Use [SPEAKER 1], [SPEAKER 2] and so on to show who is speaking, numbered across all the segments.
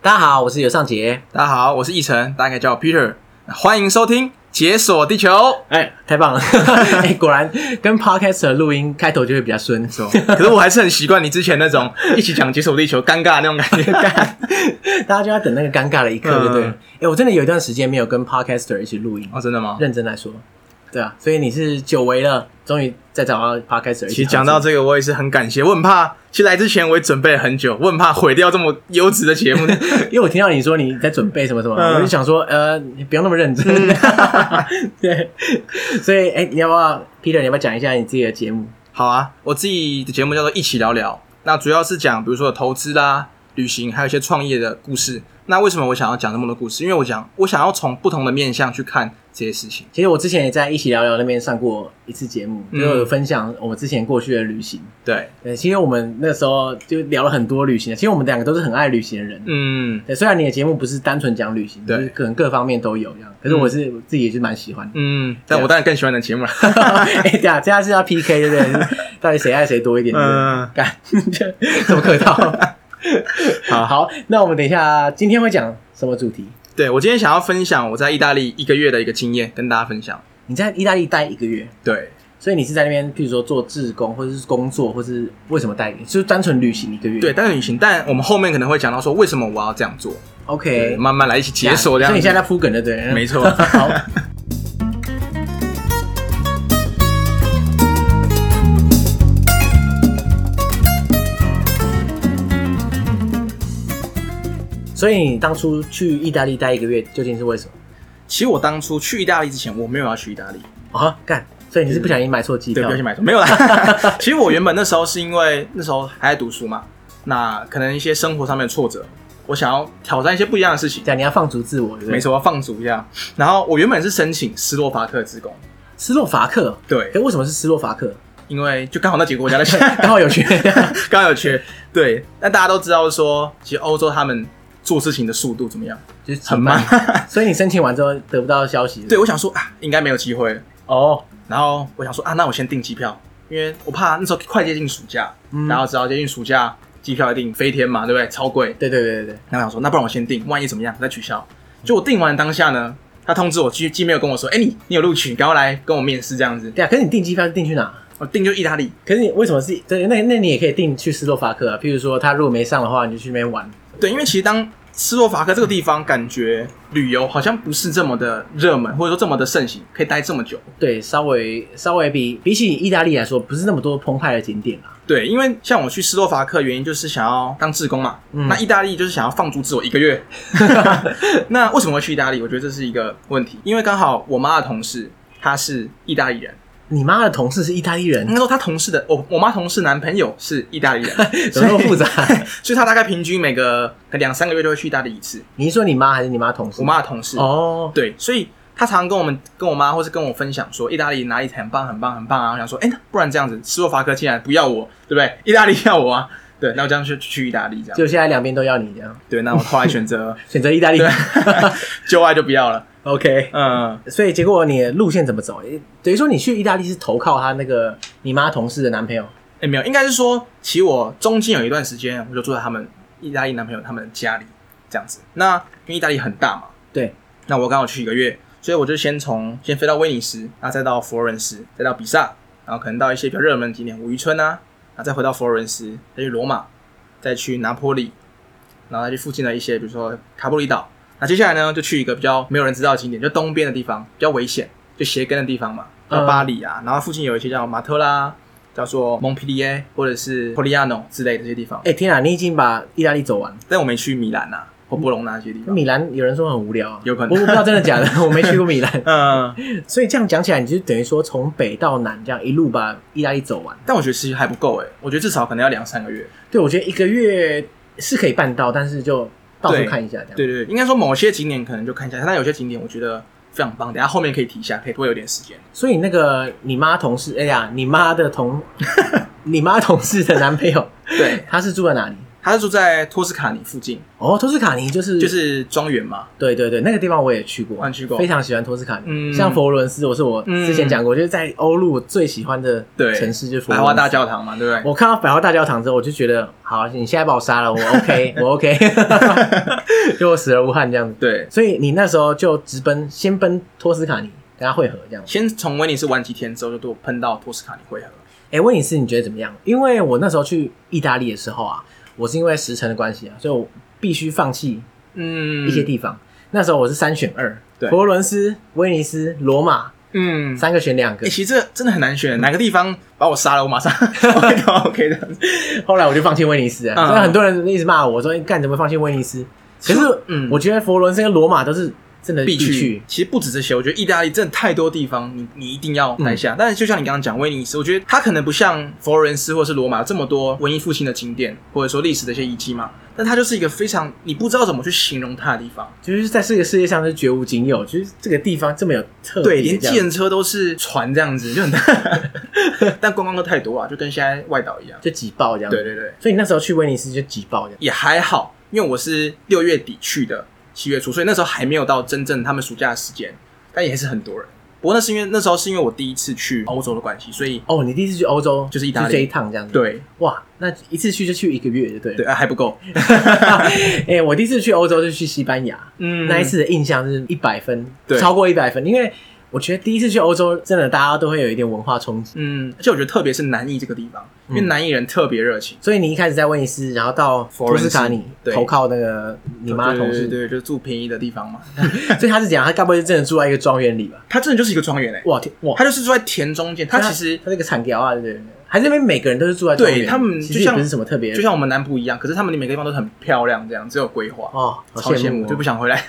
[SPEAKER 1] 大家好，我是尤尚杰。
[SPEAKER 2] 大家好，我是奕晨，大家可以叫我 Peter。欢迎收听《解锁地球》。
[SPEAKER 1] 哎、太 棒了！哎、果然跟 Podcaster 录音开头就会比较顺。
[SPEAKER 2] 说，可是我还是很习惯你之前那种一起讲《解锁地球》尴尬的那种感觉。
[SPEAKER 1] 大家就要等那个尴尬的一刻，对不对？哎、
[SPEAKER 2] 嗯
[SPEAKER 1] 我真的有一段时间没有跟 Podcaster 一起录音，
[SPEAKER 2] 哦，真的吗？
[SPEAKER 1] 认真来说，对啊，所以你是久违了，终于再找到 Podcaster 一起。
[SPEAKER 2] 其实讲到，这个，我也是很感谢。我很怕，其实来之前我也准备了很久，我很怕毁掉这么优质的节目。
[SPEAKER 1] 因为我听到你说你在准备什么什么，
[SPEAKER 2] 嗯
[SPEAKER 1] 我就想说，呃，你不用那么 认真。对，所以哎、你要不要 Peter？你要不要讲一下你自己的节目？
[SPEAKER 2] 好啊，我自己的节目叫做《一起聊聊》，那主要是讲比如说投资啦、旅行，还有一些创业的故事。那为什么我想要讲这么多故事？因为我讲，我想要从不同的面向去看这些事情。
[SPEAKER 1] 其实我之前也在一起聊聊那边上过一次节目，就
[SPEAKER 2] 嗯
[SPEAKER 1] 有分享我们之前过去的旅行。
[SPEAKER 2] 对，
[SPEAKER 1] 对，其实我们那时候就聊了很多旅行啊的。其实我们两个都是很爱旅行的人。
[SPEAKER 2] 嗯
[SPEAKER 1] 对，虽然你的节目不是单纯讲旅行，
[SPEAKER 2] 对
[SPEAKER 1] 就是可能各方面都有这样，可是我是、我自己也是蛮喜欢 的。
[SPEAKER 2] 嗯，但我当然更喜欢你的节目了。
[SPEAKER 1] 哎、对啊，这样是要 PK 对不对？ 就是到底谁爱谁多一点？对不对
[SPEAKER 2] 嗯
[SPEAKER 1] 干， 这怎么客套？好好，那我们等一下，今天会讲什么主题？
[SPEAKER 2] 对我今天想要分享我在意大利一个月的一个经验，跟大家分享。
[SPEAKER 1] 你在意大利待一个月，
[SPEAKER 2] 对，
[SPEAKER 1] 所以你是在那边，譬如说做志工，或者是工作，或是为什么待？就是单纯旅行一个月。
[SPEAKER 2] 对，但是旅行，但我们后面可能会讲到说为什么我要这样做，对
[SPEAKER 1] ，OK，
[SPEAKER 2] 慢慢来一起解锁
[SPEAKER 1] 所以
[SPEAKER 2] 这样
[SPEAKER 1] 你现
[SPEAKER 2] 子。
[SPEAKER 1] 在在铺梗，对不对？
[SPEAKER 2] 没错
[SPEAKER 1] 好。所以你当初去意大利待一个月，究竟是为什么
[SPEAKER 2] 其实我当初去意大利之前，我没有要去意大利，
[SPEAKER 1] 啊？干，所以你是不小心买错机
[SPEAKER 2] 对，
[SPEAKER 1] 票
[SPEAKER 2] 不要去？买错，没有啦。 其实我原本那时候是因为那时候还在读书嘛，那可能一些生活上面的挫折，我想要挑战一些不一样的事情。
[SPEAKER 1] 讲你要放逐自我，对不对
[SPEAKER 2] 没，错，我要放逐一下。然后我原本是申请斯洛伐克职工，
[SPEAKER 1] 斯洛伐克。
[SPEAKER 2] 对
[SPEAKER 1] 哎，，为什么是斯洛伐克？
[SPEAKER 2] 因为就刚好那几个国家在 选。
[SPEAKER 1] 刚好有趣。
[SPEAKER 2] 刚刚有缺，对。但大家都知道说，其实欧洲他们做事情的速度怎么样？
[SPEAKER 1] 就是急
[SPEAKER 2] 很慢。
[SPEAKER 1] 所以你申请完之后得不到消息。
[SPEAKER 2] 对，我想说啊，应该没有机会了。
[SPEAKER 1] 哦，
[SPEAKER 2] 然后我想说啊，那我先订机票，因为我怕那时候快接近暑假，
[SPEAKER 1] 嗯
[SPEAKER 2] 然后知道接近暑假机票一定飞天嘛，对不对？超贵。
[SPEAKER 1] 对对对对对，
[SPEAKER 2] 然后我想说，那不然我先订，万一怎么样再取消。就我订完当下呢，他通知我既既没有跟我说，哎、你你有录取，赶快来跟我面试这样子。
[SPEAKER 1] 对啊。可是你订机票是订去哪？
[SPEAKER 2] 我订就意大利，
[SPEAKER 1] 可是你为什么是对？那那你也可以定去斯洛伐克啊。譬如说，他如果没上的话，你就去那边玩。
[SPEAKER 2] 对，因为其实当斯洛伐克这个地方，感觉旅游好像不是这么的热门，或者说这么的盛行，可以待这么久。
[SPEAKER 1] 对，稍微稍微比比起意大利来说，不是那么多澎湃的景点啊啦。
[SPEAKER 2] 对，因为像我去斯洛伐克，原因就是想要当志工嘛。
[SPEAKER 1] 嗯
[SPEAKER 2] 那意大利就是想要放逐自我一 个月。那为什么会去意大利？我觉得这是一个问题，因为刚好我妈的同事她是意大利人，
[SPEAKER 1] 你妈的同事是意大利人
[SPEAKER 2] 应，该说她同事的我我妈同事男朋友是意大利人，
[SPEAKER 1] 怎么那么复杂？
[SPEAKER 2] 所以她大概平均每个两三个月都会去意大利一次。
[SPEAKER 1] 你是说你妈还是你妈同事？
[SPEAKER 2] 我妈的同事
[SPEAKER 1] 哦，
[SPEAKER 2] 对，所以他常常跟我们、跟我妈，或是跟我分享说，意大利哪里很棒、很棒、很棒啊！我想说，哎、那不然这样子，斯洛伐克竟然不要我，对不对？ 意大利要我啊！对，那我这样就去意大利这样。
[SPEAKER 1] 就现在两边都要你这样，
[SPEAKER 2] 对，那我后来选择
[SPEAKER 1] 选择意大利。
[SPEAKER 2] 对旧爱就不要了。
[SPEAKER 1] OK，
[SPEAKER 2] 嗯，
[SPEAKER 1] 所以结果你的路线怎么走？诶等于说你去意大利是投靠他那个你妈同事的男朋友。
[SPEAKER 2] 哎、没有，应该是说，其实我中间有一段时间，我就住在他们意大利男朋友他们家里这样子。那因为意大利很大嘛，
[SPEAKER 1] 对，
[SPEAKER 2] 那我刚好去一个月，所以我就先从先飞到威尼斯，然后再到佛罗伦斯，再到比萨，然后可能到一些比较热门的景点，五渔村啊，然后再回到佛罗伦斯，再去罗马，再去拿坡里，然后再去附近的一些，比如说卡布里岛。那接下来呢，就去一个比较没有人知道的景点，就东边的地方，比较危险，就斜根的地方嘛，
[SPEAKER 1] 嗯
[SPEAKER 2] 叫巴黎啊。然后附近有一些叫马特拉，叫做蒙皮利耶或者是托利亚诺之类的这些地方。
[SPEAKER 1] 哎、天啊，你已经把意大利走完了。
[SPEAKER 2] 但我没去米兰啊或波隆那些地方。
[SPEAKER 1] 米兰有人说很无聊、啊，
[SPEAKER 2] 有可能
[SPEAKER 1] 我我不知道真的假的，我 没去过米兰。
[SPEAKER 2] 嗯，
[SPEAKER 1] 所以这样讲起来，你就等于说从北到南这样一路把意大利走完。
[SPEAKER 2] 但我觉得其实还不够哎，我觉得至少可能要两三个月。
[SPEAKER 1] 对，我觉得一个月是可以办到，但是就到处
[SPEAKER 2] 对
[SPEAKER 1] 看一下这样。
[SPEAKER 2] 对对对，应该说某些景点可能就看一下，但有些景点我觉得非常棒，等一下后面可以提一下，可以多有点时间。
[SPEAKER 1] 所以那个你妈同 事，哎呀，你妈的同，你妈同事的男朋友，
[SPEAKER 2] 对，
[SPEAKER 1] 他是住在哪里？
[SPEAKER 2] 他是住在托斯卡尼附近，
[SPEAKER 1] 哦，托斯卡尼就是
[SPEAKER 2] 就是庄园嘛。
[SPEAKER 1] 对对对，那个地方我也去过，
[SPEAKER 2] 我也去过
[SPEAKER 1] 非常喜欢托斯卡尼。
[SPEAKER 2] 嗯
[SPEAKER 1] 像佛罗伦斯，我是我
[SPEAKER 2] 嗯
[SPEAKER 1] 之前讲过，就是在欧陆我最喜欢的
[SPEAKER 2] 对
[SPEAKER 1] 城市就是佛
[SPEAKER 2] 百
[SPEAKER 1] 罗
[SPEAKER 2] 花
[SPEAKER 1] 伦斯
[SPEAKER 2] 大。教堂嘛，对不对？
[SPEAKER 1] 我看到百花大教堂之后，我就觉得，好，你现在把我杀了，我 OK，我 OK，就我死而无憾这样子。
[SPEAKER 2] 对，
[SPEAKER 1] 所以你那时候就直奔，先奔托斯卡尼跟他会合这样。
[SPEAKER 2] 先从威尼斯玩几天之后，就都喷到托斯卡尼汇合。
[SPEAKER 1] 哎、问你是你觉得怎么样？因为我那时候去意大利的时候啊，我是因为时辰的关系啊，所以我必须放弃
[SPEAKER 2] 嗯，
[SPEAKER 1] 一些，地方。那时候我是三选二，
[SPEAKER 2] 对
[SPEAKER 1] 佛罗伦斯、威尼斯、罗马，
[SPEAKER 2] 嗯，
[SPEAKER 1] 三个选两个
[SPEAKER 2] 欸、。其实这真的很难选，哪个地方把我杀了，我马上 OK 的 OK 的。
[SPEAKER 1] 后来我就放弃威尼斯了，啊
[SPEAKER 2] 嗯
[SPEAKER 1] 所以很多人一直骂我说：“你干怎么放弃威尼斯？”可是，
[SPEAKER 2] 嗯
[SPEAKER 1] 我觉得佛罗伦斯跟罗马都是真的
[SPEAKER 2] 必
[SPEAKER 1] 去。
[SPEAKER 2] 去。其实不止这些，我觉得意大利真的太多地方你，你一定要待
[SPEAKER 1] 嗯
[SPEAKER 2] 下。但是就像你刚刚讲威尼斯，我觉得它可能不像佛罗伦斯或是罗马有这么多文艺复兴的景点，或者说历史的一些遗迹嘛。但它就是一个非常你不知道怎么去形容它的地方。
[SPEAKER 1] 就是在这个世界上是绝无仅有，就是这个地方这么有特
[SPEAKER 2] 对，
[SPEAKER 1] 别
[SPEAKER 2] 连
[SPEAKER 1] 这样，
[SPEAKER 2] 建车都是船这样子，就很大。 但观光客太多啊，就跟现在外岛一样。
[SPEAKER 1] 就挤爆这样。
[SPEAKER 2] 对，对对，
[SPEAKER 1] 所以你那时候去威尼斯就挤爆这样。
[SPEAKER 2] 也还好，因为我是六月底去的，七月初，所以那时候还没有到真正他们暑假的时间，但也是很多人。不过那是因为那时候是因为我第一次去欧洲的关系，所以
[SPEAKER 1] 哦，你第一次去欧洲
[SPEAKER 2] 就是意大利
[SPEAKER 1] 这一趟这样子。，
[SPEAKER 2] 对
[SPEAKER 1] 哇，那一次去就去一个月，就对了。
[SPEAKER 2] 对、啊、还不够。
[SPEAKER 1] 哎、我第一次去欧洲就去西班牙，
[SPEAKER 2] 嗯
[SPEAKER 1] 那一次的印象是一百分，
[SPEAKER 2] 对
[SPEAKER 1] 超过一百分，因为我觉得第一次去欧洲，真的大家都会有一点文化冲击。
[SPEAKER 2] 嗯，而且我觉得特别是南艺这个地方，因为南艺人特别热情。
[SPEAKER 1] 所以你一开始在威尼斯，然后到
[SPEAKER 2] 佛
[SPEAKER 1] 托
[SPEAKER 2] 罗伦
[SPEAKER 1] 斯
[SPEAKER 2] 斯
[SPEAKER 1] 卡尼
[SPEAKER 2] 对
[SPEAKER 1] 投靠那个你妈的同
[SPEAKER 2] 对
[SPEAKER 1] 事，
[SPEAKER 2] 对对，就住便宜的地方嘛。
[SPEAKER 1] 所以他是讲他该不会是真的住在一个庄园里吧？
[SPEAKER 2] 它真的就是一个庄园哎，
[SPEAKER 1] 哇天哇！
[SPEAKER 2] 它就是住在田中间。它其实
[SPEAKER 1] 他那个产条啊，对不对？还是因为每个人都是住在庄园里
[SPEAKER 2] 对他们
[SPEAKER 1] 其
[SPEAKER 2] 就
[SPEAKER 1] 实也
[SPEAKER 2] 像
[SPEAKER 1] 不是什么特别的，
[SPEAKER 2] 就像我们南部一样，可是他们每个地方都很漂亮，这样只有规划，
[SPEAKER 1] 哦，好
[SPEAKER 2] 超羡
[SPEAKER 1] 慕
[SPEAKER 2] 慕，
[SPEAKER 1] 哦
[SPEAKER 2] 就不想回来。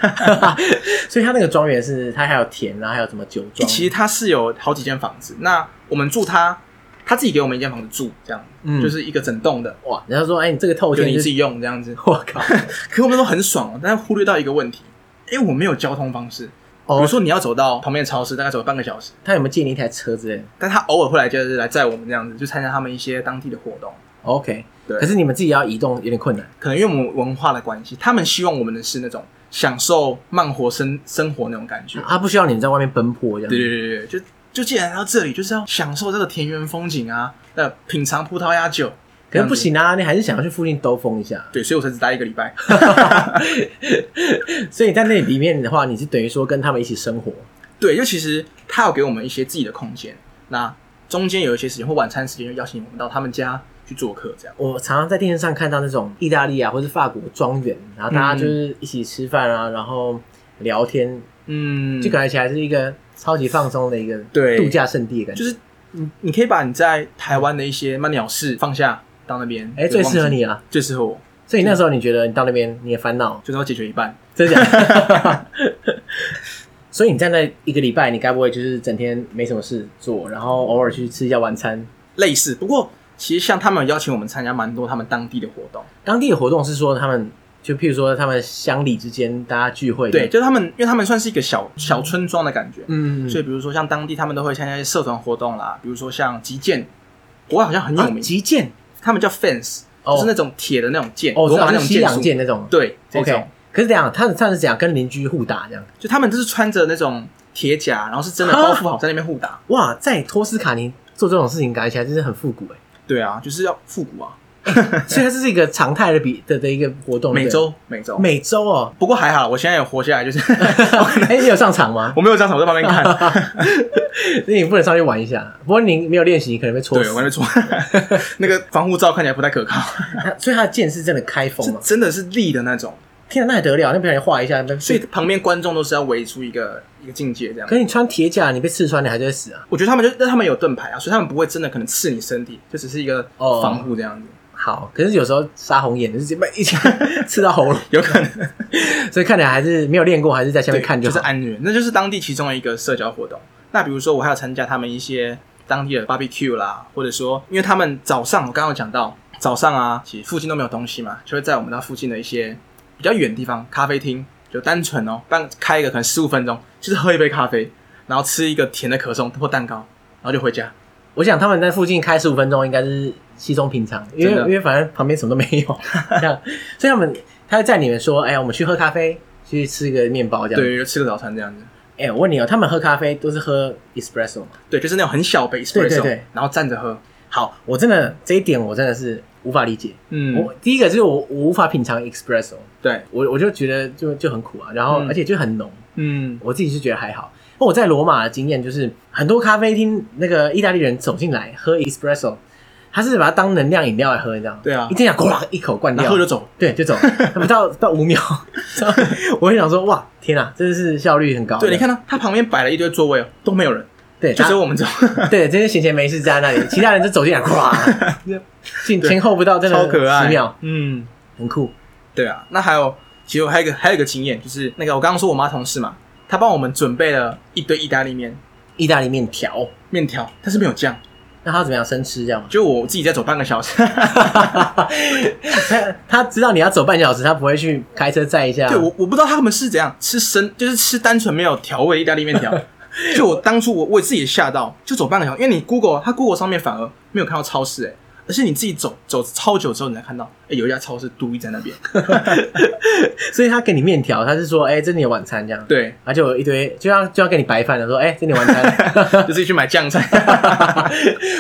[SPEAKER 1] 所以他那个庄园是它还有田，啊然后还有什么酒庄，
[SPEAKER 2] 其实它是有好几间房子，那我们住它，他自己给我们一间房子住，这样，
[SPEAKER 1] 嗯
[SPEAKER 2] 就是一个整栋的，哇，
[SPEAKER 1] 然后说哎，你这个透
[SPEAKER 2] 我觉得
[SPEAKER 1] 天
[SPEAKER 2] 你
[SPEAKER 1] 是
[SPEAKER 2] 自己用这样子。
[SPEAKER 1] 我靠，
[SPEAKER 2] 可我们都很爽哦，但是忽略到一个问题，因为我没有交通方式，比
[SPEAKER 1] 哦
[SPEAKER 2] 如，说你要走到旁边的超市，大概走半个小时，
[SPEAKER 1] 他有没有借你一台车之类的
[SPEAKER 2] 但他偶尔会来就是来载我们这样子，就参加他们一些当地的活动。
[SPEAKER 1] 哦？OK，
[SPEAKER 2] 对
[SPEAKER 1] 可是你们自己要移动有点困难
[SPEAKER 2] 可能因为我们文化的关系，他们希望我们的是那种享受慢活生生活那种感觉。
[SPEAKER 1] 啊，不需要你们在外面奔波这样。
[SPEAKER 2] 对对对对，对就就既然来到这里，就是要享受这个田园风景啊，那品尝葡萄牙酒。
[SPEAKER 1] 可是不
[SPEAKER 2] 这样子
[SPEAKER 1] 行啊，你还是想要去附近兜风一下。
[SPEAKER 2] 对，所以我才只待一个礼拜。
[SPEAKER 1] 所以在那里面的话，你是等于说跟他们一起生活。
[SPEAKER 2] 对，就其实他有给我们一些自己的空间，那中间有一些时间或晚餐时间，就邀请我们到他们家去做客，这样。
[SPEAKER 1] 我常常在电视上看到那种意大利啊，或是法国庄园，然后大家就是一起吃饭啊，然后聊天，
[SPEAKER 2] 嗯，
[SPEAKER 1] 就感觉起来是一个超级放松的一个
[SPEAKER 2] 对
[SPEAKER 1] 度假胜地的感觉
[SPEAKER 2] 就。是你你可以把你在台湾的一些慢鸟事放下到那边，
[SPEAKER 1] 哎，
[SPEAKER 2] 对
[SPEAKER 1] 最适合，
[SPEAKER 2] 忘记嗯
[SPEAKER 1] 你啊！
[SPEAKER 2] 最适合我，
[SPEAKER 1] 所以那时候你觉得你到那边你也烦恼，
[SPEAKER 2] 就是要解决一半。
[SPEAKER 1] 真的假的？ 所以你在那一个礼拜，你该不会就是整天没什么事做，然后偶尔去吃一下晚餐？
[SPEAKER 2] 类似，不过其实像他们有邀请我们参加蛮多他们当地的活动，
[SPEAKER 1] 当地的活动是说他们就譬如说他们乡里之间大家聚会，
[SPEAKER 2] 对，，就是他们，因为他们算是一个小小村庄的感觉，
[SPEAKER 1] 嗯，
[SPEAKER 2] 所以比如说像当地他们都会参加一些社团活动啦，比如说像击剑，国外好像很有
[SPEAKER 1] 啊
[SPEAKER 2] 名，
[SPEAKER 1] 击剑
[SPEAKER 2] 他们叫 fence，、
[SPEAKER 1] 哦
[SPEAKER 2] 就是那种铁的那种剑，
[SPEAKER 1] 哦，
[SPEAKER 2] 罗马
[SPEAKER 1] 是
[SPEAKER 2] 啊那种
[SPEAKER 1] 西洋
[SPEAKER 2] 术，
[SPEAKER 1] 剑那种，
[SPEAKER 2] 对，这种
[SPEAKER 1] ，OK。可是这样，他他是讲跟邻居互打这样，
[SPEAKER 2] 就他们就是穿着那种铁甲，然后是真 的
[SPEAKER 1] 哈
[SPEAKER 2] 包覆好在那边互打。
[SPEAKER 1] 哇，在托斯卡尼做这种事情，感觉起来真是很复古哎，
[SPEAKER 2] 对啊，就是要复古啊，
[SPEAKER 1] 所以它这是一个常态的比的的一个活动，
[SPEAKER 2] 每
[SPEAKER 1] 对
[SPEAKER 2] 周每周。，
[SPEAKER 1] 每周哦
[SPEAKER 2] 不过还好，我现在有活下 来，就是
[SPEAKER 1] 哎，你有上场吗？
[SPEAKER 2] 我没有这样子，我在旁边 看。
[SPEAKER 1] 那你不能上去玩一下，不过你没有练习，你可能被戳
[SPEAKER 2] 对，
[SPEAKER 1] 死。
[SPEAKER 2] 我在做 那个防护罩看起来不太可靠，
[SPEAKER 1] 它所以他的剑是真的开封
[SPEAKER 2] 是
[SPEAKER 1] 了，
[SPEAKER 2] 真的是立的那种，
[SPEAKER 1] 天啊，那还得了？那不小心画一下，那
[SPEAKER 2] 所以旁边观众都是要围出一个一个境界这样
[SPEAKER 1] 可。是你穿铁甲，你被刺穿，你还是会死啊。
[SPEAKER 2] 我觉得他们就但他们有盾牌啊，所以他们不会真的可能刺你身体，就只是一个
[SPEAKER 1] 哦
[SPEAKER 2] 防护这样子，
[SPEAKER 1] 好，可是有时候杀红眼就是直接被一枪 刺到喉咙，
[SPEAKER 2] 有可能。
[SPEAKER 1] 所以看起来还是没有练过，还是在下面看
[SPEAKER 2] 就
[SPEAKER 1] 好
[SPEAKER 2] 是安全，那就是当地其中的一个社交活动。那比如说，我还有参加他们一些当地的 barbecue 啦，或者说，因为他们早上我刚刚有讲到，早上啊，其实附近都没有东西嘛，就会在我们那附近的一些比较远的地方咖啡厅，就单纯哦，办开一个可能十五分钟，就是喝一杯咖啡，然后吃一个甜的可颂或蛋糕，然后就回家。
[SPEAKER 1] 我想他们在附近开十五分钟，应该是稀松平常，因为
[SPEAKER 2] 真的
[SPEAKER 1] 因为反正旁边什么都没 有，这样，所以他们他会载你们说，哎呀，我们去喝咖啡，去吃个面包这样。，
[SPEAKER 2] 对，就吃个早餐这样子。
[SPEAKER 1] 哎，我问你哦，他们喝咖啡都是喝 espresso 吗？
[SPEAKER 2] 对，就是那种很小杯 espresso，
[SPEAKER 1] 对对对
[SPEAKER 2] 然后站着喝。
[SPEAKER 1] 好，我真的这一点我真的是无法理解。
[SPEAKER 2] 嗯
[SPEAKER 1] 我，第一个就是我我无法品尝 espresso，
[SPEAKER 2] 对，
[SPEAKER 1] 我我就觉得就就很苦啊，然后、
[SPEAKER 2] 嗯
[SPEAKER 1] 而且就很浓，
[SPEAKER 2] 嗯，
[SPEAKER 1] 我自己是觉得还好。那我在罗马的经验就是，很多咖啡厅那个意大利人走进来喝 espresso，他是把它当能量饮料来喝，你知道吗？
[SPEAKER 2] 对啊
[SPEAKER 1] 一进来咕啦一口灌
[SPEAKER 2] 然
[SPEAKER 1] 掉
[SPEAKER 2] 后，就走。
[SPEAKER 1] 对，就走，不到不到五秒， 我会想说哇，天啊，真的是效率很高。
[SPEAKER 2] 对，你，看到他旁边摆了一堆座位哦，都没有人，
[SPEAKER 1] 对，
[SPEAKER 2] 就
[SPEAKER 1] 他
[SPEAKER 2] 只有我们走，
[SPEAKER 1] 对，真是闲闲没事站在那里，其他人就走进来， 咵，进前后不到，真的
[SPEAKER 2] 超可爱。
[SPEAKER 1] 十秒，
[SPEAKER 2] 嗯，
[SPEAKER 1] 很酷。
[SPEAKER 2] 对啊。那还有，其实我还有一个还有一个经验，就是那个我刚刚说我妈同事嘛，她帮我们准备了一堆意大利面
[SPEAKER 1] 意大利面条，
[SPEAKER 2] 面条，但是没有酱，
[SPEAKER 1] 那他怎么样生吃这样吗？
[SPEAKER 2] 就我自己再走半个小时。
[SPEAKER 1] 他他知道你要走半小时，他不会去开车载一下。
[SPEAKER 2] 对我我不知道他们是怎样吃生，就是吃单纯没有调味的意大利面条。 就我当初我我自己也吓到，就走半个小时，因为你 Google 它 Google 上面反而没有看到超市哎、而是你自己走走超久之后你才看到，哎、有一家超市独立在那 边。
[SPEAKER 1] 所以他给你面条，他是说，哎、这是你的晚餐这样。
[SPEAKER 2] 对，
[SPEAKER 1] 而且有一堆，就要就要给你白饭的，说，哎、这是你的晚 餐。
[SPEAKER 2] 就自己去买酱菜。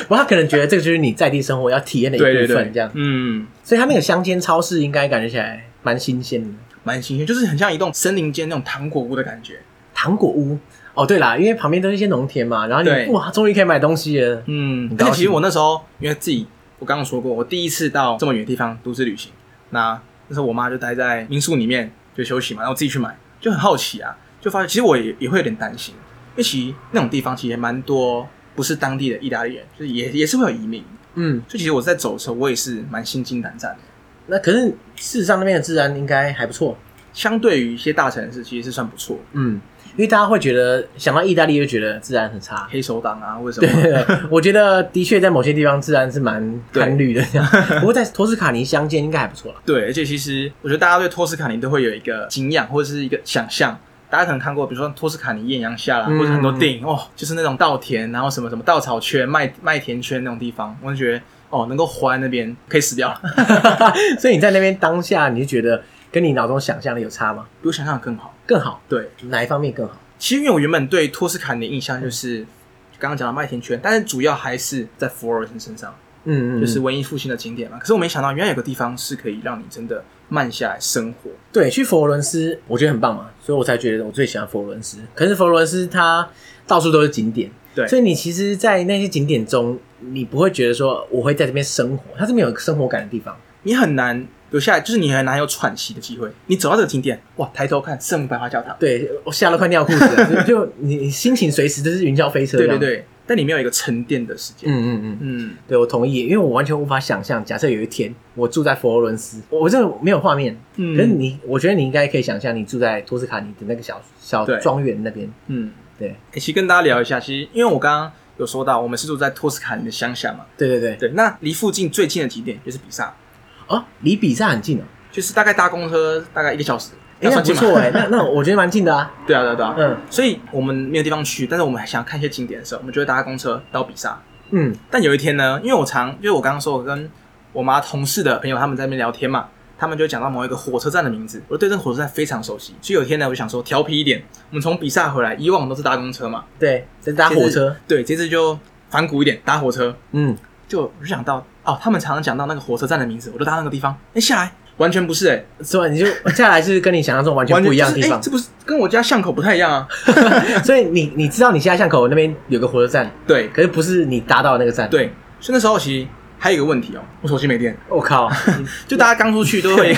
[SPEAKER 1] 不，他可能觉得这个就是你在地生活要体验的一部分，
[SPEAKER 2] 对 对对，
[SPEAKER 1] 这样。
[SPEAKER 2] 嗯，
[SPEAKER 1] 所以他那个乡间超市应该感觉起来蛮新鲜的。
[SPEAKER 2] 蛮新鲜，就是很像一栋森林间那种糖果屋的感觉。
[SPEAKER 1] 糖果屋，哦，对啦，因为旁边都是一些农田嘛，然后
[SPEAKER 2] 对
[SPEAKER 1] 你哇，终于可以买东西了。
[SPEAKER 2] 嗯，
[SPEAKER 1] 很高
[SPEAKER 2] 而且
[SPEAKER 1] 兴
[SPEAKER 2] 其实我那时候因为自己，我刚刚说过，我第一次到这么远的地方独自旅行，那那时候我妈就待在民宿里面就休息嘛，然后我自己去买，就很好奇啊，就发现其实我也也会有点担心，因为其实那种地方其实蛮多不是当地的意大利人，就是也也是会有移民，
[SPEAKER 1] 嗯，
[SPEAKER 2] 所以其实我在走的时候我也是蛮心惊胆战的。
[SPEAKER 1] 那可是事实上那边的治安应该还不错。
[SPEAKER 2] 相对于一些大城市，其实是算不错，
[SPEAKER 1] 嗯，因为大家会觉得想到意大利就觉得治安很差。
[SPEAKER 2] 黑手党啊，或者什么，
[SPEAKER 1] 对，我觉得的确在某些地方治安是蛮堪虑的这样。 不过在托斯卡尼乡间应该还不错啦。
[SPEAKER 2] 对，而且其实我觉得大家对托斯卡尼都会有一个敬仰或者是一个想象。大家可能看过，比如说托斯卡尼艳阳下啦，
[SPEAKER 1] 嗯
[SPEAKER 2] 或者很多电影哦，就是那种稻田，然后什么什么稻草圈、麦麦田圈那种地方，我就觉得哦，能够活在那边可以死掉了，
[SPEAKER 1] 所以你在那边当下，你就觉得跟你脑中想象的有差吗？
[SPEAKER 2] 比我想象的更好。
[SPEAKER 1] 更好，
[SPEAKER 2] 对，
[SPEAKER 1] 哪一方面更好？
[SPEAKER 2] 其实因为我原本对托斯卡尼的印象就是
[SPEAKER 1] 嗯
[SPEAKER 2] 刚刚讲的麦田圈，但是主要还是在佛罗伦斯身上，
[SPEAKER 1] 嗯嗯，
[SPEAKER 2] 就是文艺复兴的景点嘛。可是我没想到，原来有个地方是可以让你真的慢下来生活。
[SPEAKER 1] 对，去佛罗伦斯我觉得很棒嘛，所以我才觉得我最喜欢佛罗伦斯。可是佛罗伦斯它到处都是景点，
[SPEAKER 2] 对
[SPEAKER 1] 所以你其实，在那些景点中，你不会觉得说我会在这边生活，它是没有生活感的地方。
[SPEAKER 2] 你很难留下来，就是你很难有喘息的机会。你走到这个景点，哇，抬头看圣母百花教堂，
[SPEAKER 1] 对我吓得快尿裤子了，就就 你你心情随时都是云霄飞车。
[SPEAKER 2] 对对，对，但你没有一个沉淀的时间。
[SPEAKER 1] 嗯嗯嗯。
[SPEAKER 2] 嗯，
[SPEAKER 1] 对，我同意，因为我完全无法想象，假设有一天我住在佛罗伦斯，我真的没有画面。
[SPEAKER 2] 嗯
[SPEAKER 1] 可是你，我觉得你应该可以想象，你住在托斯卡尼的那个小小
[SPEAKER 2] 对
[SPEAKER 1] 庄园那边。
[SPEAKER 2] 嗯，
[SPEAKER 1] 对，
[SPEAKER 2] 欸其实跟大家聊一下，其实因为我刚刚有说到，我们是住在托斯卡尼的乡下嘛，
[SPEAKER 1] 对对对。
[SPEAKER 2] 对，那离附近最近的景点就是比萨，
[SPEAKER 1] 哦，离比萨很近哦，
[SPEAKER 2] 就是大概搭公车大概一个小时，
[SPEAKER 1] 哎，那
[SPEAKER 2] 算
[SPEAKER 1] 不
[SPEAKER 2] 近吗
[SPEAKER 1] 错哎，那那我觉得蛮近的啊。
[SPEAKER 2] 对啊，对啊，对啊。
[SPEAKER 1] 嗯
[SPEAKER 2] 所以我们没有地方去，但是我们还想要看一些景点的时候，我们就会搭公车到比萨。
[SPEAKER 1] 嗯
[SPEAKER 2] 但有一天呢，因为我常，因为我刚刚说我跟我妈同事的朋友他们在那边聊天嘛，他们就讲到某一个火车站的名字，我对这个火车站非常熟悉。所以有一天呢，我就想说调皮一点，我们从比萨回来，以往我们都是搭公车嘛，
[SPEAKER 1] 对，再搭
[SPEAKER 2] 这次
[SPEAKER 1] 火车。，
[SPEAKER 2] 对，这次就反骨一点，搭火车。
[SPEAKER 1] 嗯，
[SPEAKER 2] 就我就想到哦，他们常常讲到那个火车站的名字，我就搭那个地方，哎、下来完全不是哎、
[SPEAKER 1] 是吧？你就下来是跟你想象中完全
[SPEAKER 2] 完全
[SPEAKER 1] 不一样的
[SPEAKER 2] 就是
[SPEAKER 1] 地
[SPEAKER 2] 哎
[SPEAKER 1] 方，
[SPEAKER 2] 这不是跟我家巷口不太一样 啊？
[SPEAKER 1] 所以你 你知道你现在巷口那边有个火车站，
[SPEAKER 2] 对
[SPEAKER 1] 可是不是你搭到的那个站。，
[SPEAKER 2] 对，所以那时候其实还有一个问题哦，我手机没电。
[SPEAKER 1] 我 靠，
[SPEAKER 2] 就大家刚出去 都会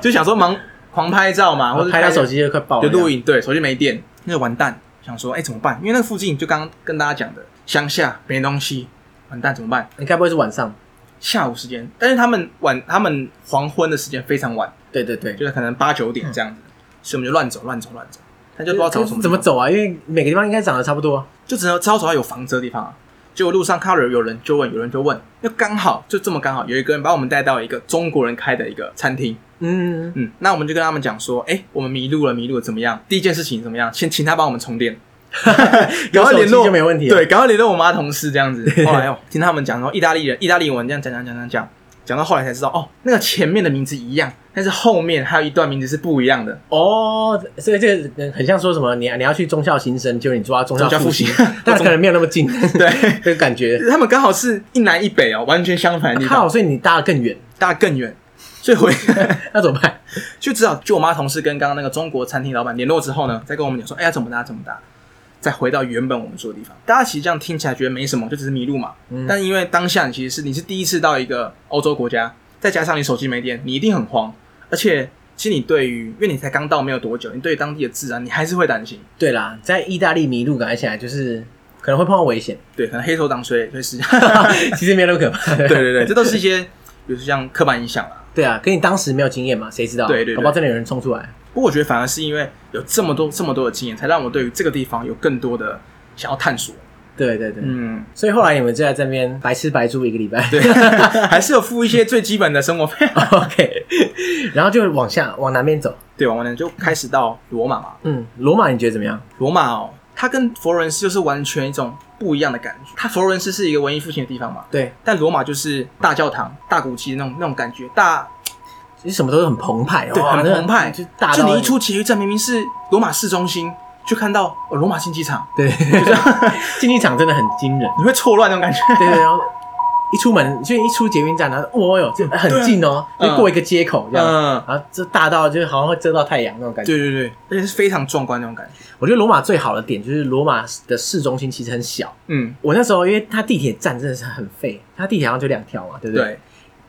[SPEAKER 2] 就想说忙狂拍照嘛，或者
[SPEAKER 1] 拍到手机就快爆
[SPEAKER 2] 就
[SPEAKER 1] 了。
[SPEAKER 2] 录影，对，手机没电，那就完蛋。想说，哎、怎么办？因为那附近就刚刚跟大家讲的乡下没东西，完蛋怎么办？
[SPEAKER 1] 你该不会是晚上？
[SPEAKER 2] 下午时间，但是他们晚，他们黄昏的时间非常晚，
[SPEAKER 1] 对对对，
[SPEAKER 2] 就是可能八九点这样子，所以我们就乱走乱走乱走，但就不知道找什么，
[SPEAKER 1] 嗯怎么，走啊？因为每个地方应该长得差不多。啊
[SPEAKER 2] 就只能只好找到有房车的地方啊。结果路上看到有有人就问，有人就问，就刚好就这么刚好，有一个人把我们带到一个中国人开的一个餐厅，
[SPEAKER 1] 嗯，
[SPEAKER 2] 嗯，那我们就跟他们讲说，哎、我们迷路了，迷路了，怎么样？第一件事情怎么样？先请他帮我们充电。赶快
[SPEAKER 1] 手
[SPEAKER 2] 联
[SPEAKER 1] 机
[SPEAKER 2] 络
[SPEAKER 1] 就没问题了
[SPEAKER 2] 对，赶快联络我妈同事这样子。后来哦，听他们讲，然后意大利人、意大利文这样讲讲讲讲讲，讲到后来才知道，哦，那个前面的名字一样，但是后面还有一段名字是不一样的。
[SPEAKER 1] 哦，所以这个很像说什么，你你要去中校新生，就是你抓中校
[SPEAKER 2] 中校
[SPEAKER 1] 复
[SPEAKER 2] 复
[SPEAKER 1] 习
[SPEAKER 2] 习，
[SPEAKER 1] 但可能没有那么近，
[SPEAKER 2] 对，
[SPEAKER 1] 这个感 觉。
[SPEAKER 2] 他们刚好是一南一北哦，完全相反的地
[SPEAKER 1] 靠，
[SPEAKER 2] 方，
[SPEAKER 1] 所以你搭的更远，
[SPEAKER 2] 大家更远。所以回
[SPEAKER 1] 那怎么办？
[SPEAKER 2] 就只好就我妈同事跟刚刚那个中国餐厅老板联络之后呢，再跟我们讲说，哎呀怎么搭怎么搭，再回到原本我们住的地方。大家其实这样听起来觉得没什么，就只是迷路嘛。
[SPEAKER 1] 嗯
[SPEAKER 2] 但因为当下你其实是你是第一次到一个欧洲国家，再加上你手机没电，你一定很慌。而且其实你对于，因为你才刚到没有多久，你对于当地的治安你还是会担心。
[SPEAKER 1] 对啦，在意大利迷路，感觉起来就是可能会碰到危 险，
[SPEAKER 2] 对，可能黑手党追追是，
[SPEAKER 1] 其实没有那么可怕。
[SPEAKER 2] 对对对，这都是一些，比如说像刻板印象啦。
[SPEAKER 1] 对啊，可你当时没有经验嘛，谁知道？
[SPEAKER 2] 对对对
[SPEAKER 1] 搞不好真的有人冲出来。
[SPEAKER 2] 不过我觉得反而是因为有这么多这么多的经验，才让我对于这个地方有更多的想要探索。
[SPEAKER 1] 对对对，
[SPEAKER 2] 嗯，
[SPEAKER 1] 所以后来你们就在这边白吃白住一个礼拜。
[SPEAKER 2] 对， 还是有付一些最基本的生活 费。
[SPEAKER 1] OK，然后就往下往南边走。
[SPEAKER 2] 对，完了就开始到罗马嘛。
[SPEAKER 1] 嗯，罗马你觉得怎么样？
[SPEAKER 2] 罗马哦，它跟佛罗伦斯就是完全一种不一样的感觉。它佛罗伦斯是一个文艺复兴的地方嘛，
[SPEAKER 1] 对，
[SPEAKER 2] 但罗马就是大教堂、大古迹那种那种感觉，大
[SPEAKER 1] 其实什么都是很澎湃，
[SPEAKER 2] 对，
[SPEAKER 1] 哇
[SPEAKER 2] 很澎湃。
[SPEAKER 1] 那个就大
[SPEAKER 2] 就
[SPEAKER 1] 到
[SPEAKER 2] 你一出捷运站，明明是罗马市中心，就看到哦罗马竞技场，
[SPEAKER 1] 对， 竞技场真的很惊人。
[SPEAKER 2] 你会错乱那种感觉。
[SPEAKER 1] 对对，然后一出门就一出捷运站，然后哦哟，这很近哦，
[SPEAKER 2] 对啊
[SPEAKER 1] 就过一个街口这样，
[SPEAKER 2] 嗯，
[SPEAKER 1] 然后啊这大到就是好像会遮到太阳那种感觉。
[SPEAKER 2] 对对对，而且是非常壮观那种感觉。
[SPEAKER 1] 我觉得罗马最好的点就是罗马的市中心其实很小。
[SPEAKER 2] 嗯，
[SPEAKER 1] 我那时候因为它地铁站真的是很废，它地铁好像就两条嘛，对不对？
[SPEAKER 2] 对，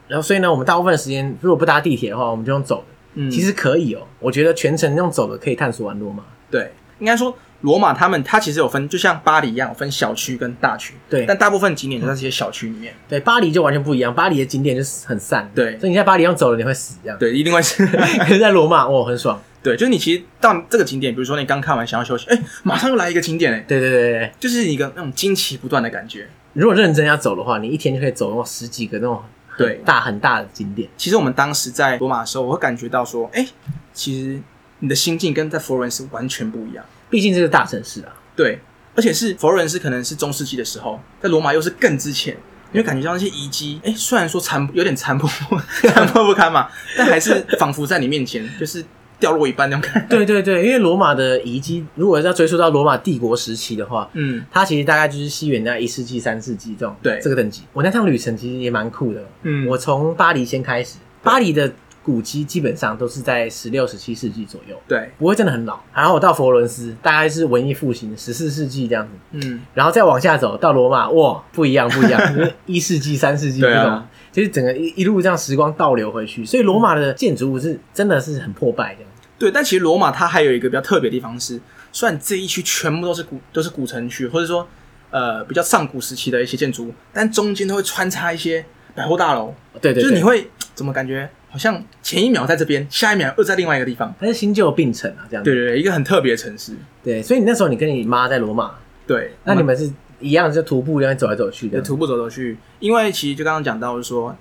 [SPEAKER 1] 然后所以呢，我们大部分的时间如果不搭地铁的话，我们就用走的。
[SPEAKER 2] 嗯，
[SPEAKER 1] 其实可以哦、我觉得全程用走的可以探索完罗马。
[SPEAKER 2] 对，应该说罗马他们它其实有分，就像巴黎一样，有分小区跟大区。
[SPEAKER 1] 对
[SPEAKER 2] 但大部分景点都在这些小区里面。
[SPEAKER 1] 对，巴黎就完全不一样，巴黎的景点就是很散，
[SPEAKER 2] 对
[SPEAKER 1] 所以你在巴黎用走了你会死这样。
[SPEAKER 2] 对，一定会是。
[SPEAKER 1] 可是在罗马，哦，很爽。
[SPEAKER 2] 对，就是你其实到这个景点，比如说你刚看完想要休息，哎、马上又来一个景点、哎，
[SPEAKER 1] 对对对对对，
[SPEAKER 2] 就是一个那种惊奇不断的感觉。
[SPEAKER 1] 如果认真要走的话，你一天就可以走到十几个那种很
[SPEAKER 2] 对
[SPEAKER 1] 大很大的景点。
[SPEAKER 2] 其实我们当时在罗马的时候，我会感觉到说，哎、其实你的心境跟在佛罗伦斯完全不一样。
[SPEAKER 1] 毕竟这是大城市啊，
[SPEAKER 2] 对，而且是佛罗伦斯可能是中世纪的时候，在罗马又是更之前，因为感觉到那些遗迹，哎，虽然说残有点残破 残破不堪嘛，但还是仿佛在你面前就是掉落一般那种感觉。
[SPEAKER 1] 对对对，因为罗马的遗迹，如果要追溯到罗马帝国时期的话，
[SPEAKER 2] 嗯
[SPEAKER 1] 它其实大概就是西元在一世纪、三世纪这种
[SPEAKER 2] 对
[SPEAKER 1] 这个等级。我那趟旅程其实也蛮酷的，
[SPEAKER 2] 嗯，
[SPEAKER 1] 我从巴黎先开始，巴黎的古迹基本上都是在十六、十七世纪左右，
[SPEAKER 2] 对，
[SPEAKER 1] 不会真的很老。然后我到佛罗伦斯，大概是文艺复兴十四世纪这样子，
[SPEAKER 2] 嗯
[SPEAKER 1] 然后再往下走到罗马，哇，不一样不一样， 就是一世纪、三世纪
[SPEAKER 2] 对
[SPEAKER 1] 这
[SPEAKER 2] 啊
[SPEAKER 1] 种，就是整个一一路这样时光倒流回去。所以罗马的建筑物是真的是很破败这样。
[SPEAKER 2] 对。但其实罗马它还有一个比较特别的地方是，虽然这一区全部都是古都是古城区，或者说呃比较上古时期的一些建筑物，但中间都会穿插一些百货大楼，
[SPEAKER 1] 对对对，
[SPEAKER 2] 就是你会怎么感觉好像前一秒在这边，下一秒又在另外一个地方。
[SPEAKER 1] 它是新旧并存啊，这样子。
[SPEAKER 2] 对对对，一个很特别的城市。
[SPEAKER 1] 对，所以你那时候你跟你妈在罗马，
[SPEAKER 2] 对，
[SPEAKER 1] 那你们是一样就徒步这样走来走去
[SPEAKER 2] 我
[SPEAKER 1] 的
[SPEAKER 2] 们。徒步走走去，因为其实就刚刚讲到说，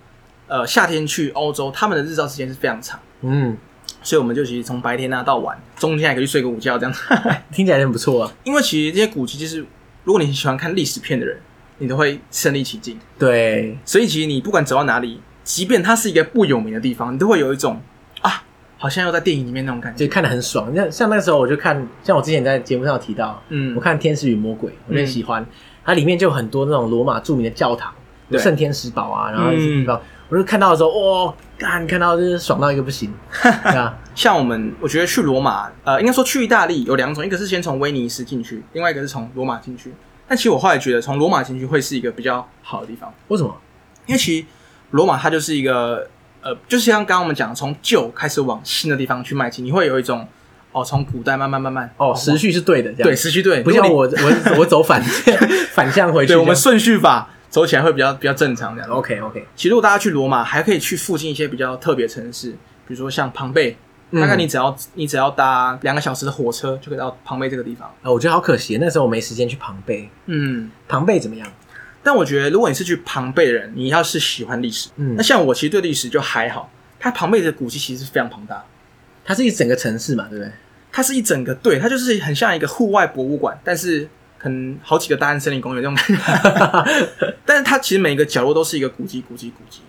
[SPEAKER 2] 呃，夏天去欧洲，他们的日照时间是非常长，
[SPEAKER 1] 嗯，
[SPEAKER 2] 所以我们就其实从白天啊到晚，中间还可以去睡个午觉这样。
[SPEAKER 1] 听起来很不错啊。
[SPEAKER 2] 因为其实这些古迹，就是如果你喜欢看历史片的人，你都会身临其境。
[SPEAKER 1] 对，
[SPEAKER 2] 所以其实你不管走到哪里，即便它是一个不有名的地方，你都会有一种啊，好像又在电影里面那种感觉。
[SPEAKER 1] 就看得很爽。像像那时候我就看，像我之前在节目上有提到，
[SPEAKER 2] 嗯
[SPEAKER 1] 我看《天使与魔鬼》，我就很喜欢。它里面就有很多那种罗马著名的教堂，有
[SPEAKER 2] 对嗯
[SPEAKER 1] 圣天使堡啊，然后一些地方，我就看到的时候，哇、干看到就是爽到一个不行， 对啊，
[SPEAKER 2] 像我们，我觉得去罗马，呃，应该说去意大利有两种，一个是先从威尼斯进去，另外一个是从罗马进去。但其实我后来觉得，从罗马进去会是一个比较好的地方，
[SPEAKER 1] 为什么？
[SPEAKER 2] 因为其实罗马它就是一个，呃，就是像刚刚我们讲的，从旧开始往新的地方去迈进，你会有一种哦，从古代慢慢慢慢
[SPEAKER 1] 哦，时序是对的，这样
[SPEAKER 2] 对时序对，
[SPEAKER 1] 不
[SPEAKER 2] 如果
[SPEAKER 1] 像
[SPEAKER 2] 你，
[SPEAKER 1] 我 我我走 反反向回去这
[SPEAKER 2] 对
[SPEAKER 1] 样。
[SPEAKER 2] 我们顺序法走起来会比较比较正常这样。
[SPEAKER 1] OK OK，
[SPEAKER 2] 其实如果大家去罗马，还可以去附近一些比较特别的城市，比如说像庞贝，大概你只要、你只要搭两个小时的火车就可以到庞贝这个地方。
[SPEAKER 1] 啊，我觉得好可惜，那时候我没时间去庞贝。
[SPEAKER 2] 嗯，
[SPEAKER 1] 庞贝怎么样？
[SPEAKER 2] 但我觉得如果你是去庞贝的人，你要是喜欢历史，
[SPEAKER 1] 嗯
[SPEAKER 2] 那像我其实对历史就还好。它庞贝的古迹其实是非常庞大，
[SPEAKER 1] 它是一整个城市嘛，对不对？
[SPEAKER 2] 它是一整个对，它就是很像一个户外博物馆，但是可能好几个大安森林公园这种，但是它其实每个角落都是一个古迹，古迹，古迹。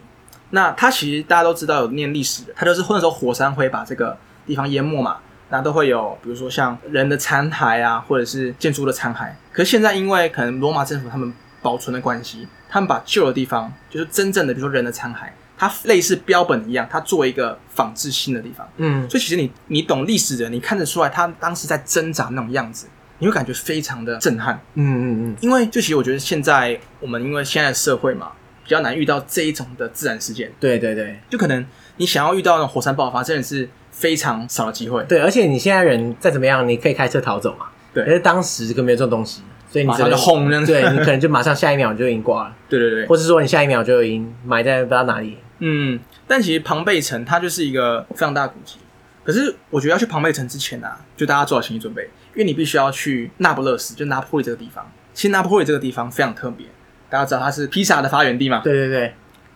[SPEAKER 2] 那它其实大家都知道有念历史的，它就是那时候火山灰把这个地方淹没嘛，那都会有比如说像人的残骸啊，或者是建筑的残骸。可是现在因为可能罗马政府他们保存的关系，他们把旧的地方，就是真正的比如说人的残骸，它类似标本一样，它做一个仿制新的地方。
[SPEAKER 1] 嗯，
[SPEAKER 2] 所以其实你你懂历史的，你看得出来他当时在挣扎那种样子，你会感觉非常的震撼。
[SPEAKER 1] 嗯嗯嗯，
[SPEAKER 2] 因为就其实我觉得现在我们因为现在的社会嘛，比较难遇到这一种的自然事件，
[SPEAKER 1] 对对对
[SPEAKER 2] 就可能你想要遇到那种火山爆发，真的是非常少的机会。
[SPEAKER 1] 对，而且你现在人再怎么样，你可以开车逃走嘛。
[SPEAKER 2] 对
[SPEAKER 1] 可是当时可没有这种东西，所以你
[SPEAKER 2] 马
[SPEAKER 1] 只
[SPEAKER 2] 上
[SPEAKER 1] 能
[SPEAKER 2] 就轰这样子
[SPEAKER 1] 对你可能就马上下一秒你就已经挂了，
[SPEAKER 2] 对对 对，
[SPEAKER 1] 或是说你下一秒就已经埋在不知道哪里。
[SPEAKER 2] 嗯，但其实庞贝城它就是一个非常大的古迹。可是我觉得要去庞贝城之前啊，就大家做好心理准备，因为你必须要去那不勒斯，就拿破里这个地方。其实拿破里这个地方非常特别，大家知道它是披萨的发源地嘛？
[SPEAKER 1] 对对对，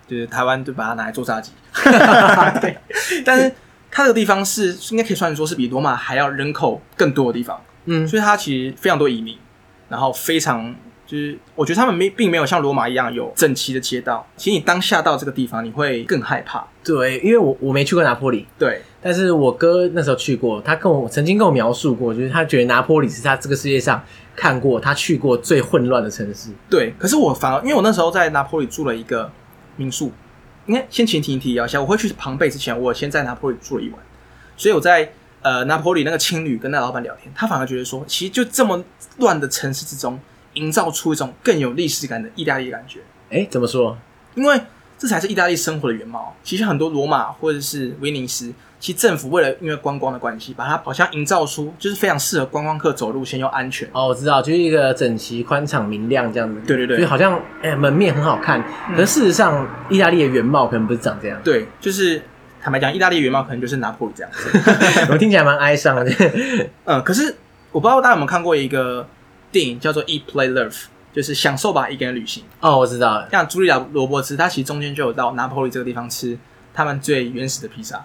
[SPEAKER 2] 就是台湾就把它拿来做炸鸡。 对，但是它这个地方是应该可以算说是比罗马还要人口更多的地方，
[SPEAKER 1] 嗯
[SPEAKER 2] 所以它其实非常多移民，然后非常就是我觉得他们没并没有像罗马一样有整齐的街道。其实你当下到这个地方，你会更害怕。
[SPEAKER 1] 对，因为我我没去过拿坡里，
[SPEAKER 2] 对，
[SPEAKER 1] 但是我哥那时候去过，他跟我曾经跟我描述过，就是他觉得拿坡里是他这个世界上看过他去过最混乱的城市。
[SPEAKER 2] 对，可是我反而因为我那时候在拿坡里住了一个民宿，应该先前提提要一下，我会去庞贝之前，我先在拿坡里住了一晚，所以我在呃拿坡里那个青旅跟那老板聊天，他反而觉得说，其实就这么乱的城市之中，营造出一种更有历史感的意大利感觉，
[SPEAKER 1] 哎，怎么说？
[SPEAKER 2] 因为这才是意大利生活的原貌。其实很多罗马或者是威尼斯，其实政府为了因为观光的关系，把它好像营造出就是非常适合观光客走路线又安全。
[SPEAKER 1] 哦，我知道，就是一个整齐、宽敞、明亮这样子。
[SPEAKER 2] 对对对嗯
[SPEAKER 1] 就好像哎、门面很好看，可是事实上，意大利的原貌可能不是长这样。
[SPEAKER 2] 对，就是坦白讲，意大利原貌可能就是拿破里这样。
[SPEAKER 1] 我听起来蛮哀伤的。
[SPEAKER 2] 嗯，可是我不知道大家有没有看过一个电影叫做《Eat Play Love》，就是享受吧一个人旅行。
[SPEAKER 1] 哦，我知道了。
[SPEAKER 2] 像茱莉亚·罗伯茨，她其实中间就有到拿破里这个地方吃他们最原始的披萨。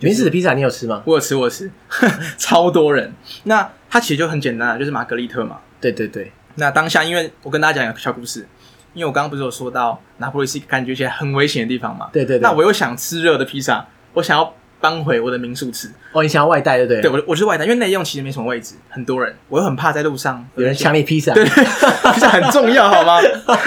[SPEAKER 1] 原始的披萨你有吃吗？
[SPEAKER 2] 我有吃，我有吃， 超多人。那它其实就很简单啊，就是玛格丽特嘛。
[SPEAKER 1] 对对对，
[SPEAKER 2] 那当下，因为我跟大家讲一个小故事，因为我刚刚不是有说到拿破里是一个感觉起来很危险的地方嘛。
[SPEAKER 1] 对对对。
[SPEAKER 2] 那我又想吃热的披萨，我想要搬回我的民宿吃。
[SPEAKER 1] 哦，你想要外带对不对？
[SPEAKER 2] 对，我我是外带，因为内用其实没什么位置，很多人，我又很怕在路上
[SPEAKER 1] 有人
[SPEAKER 2] 抢。
[SPEAKER 1] 抢你披萨。
[SPEAKER 2] 对，披萨很重要，好吗？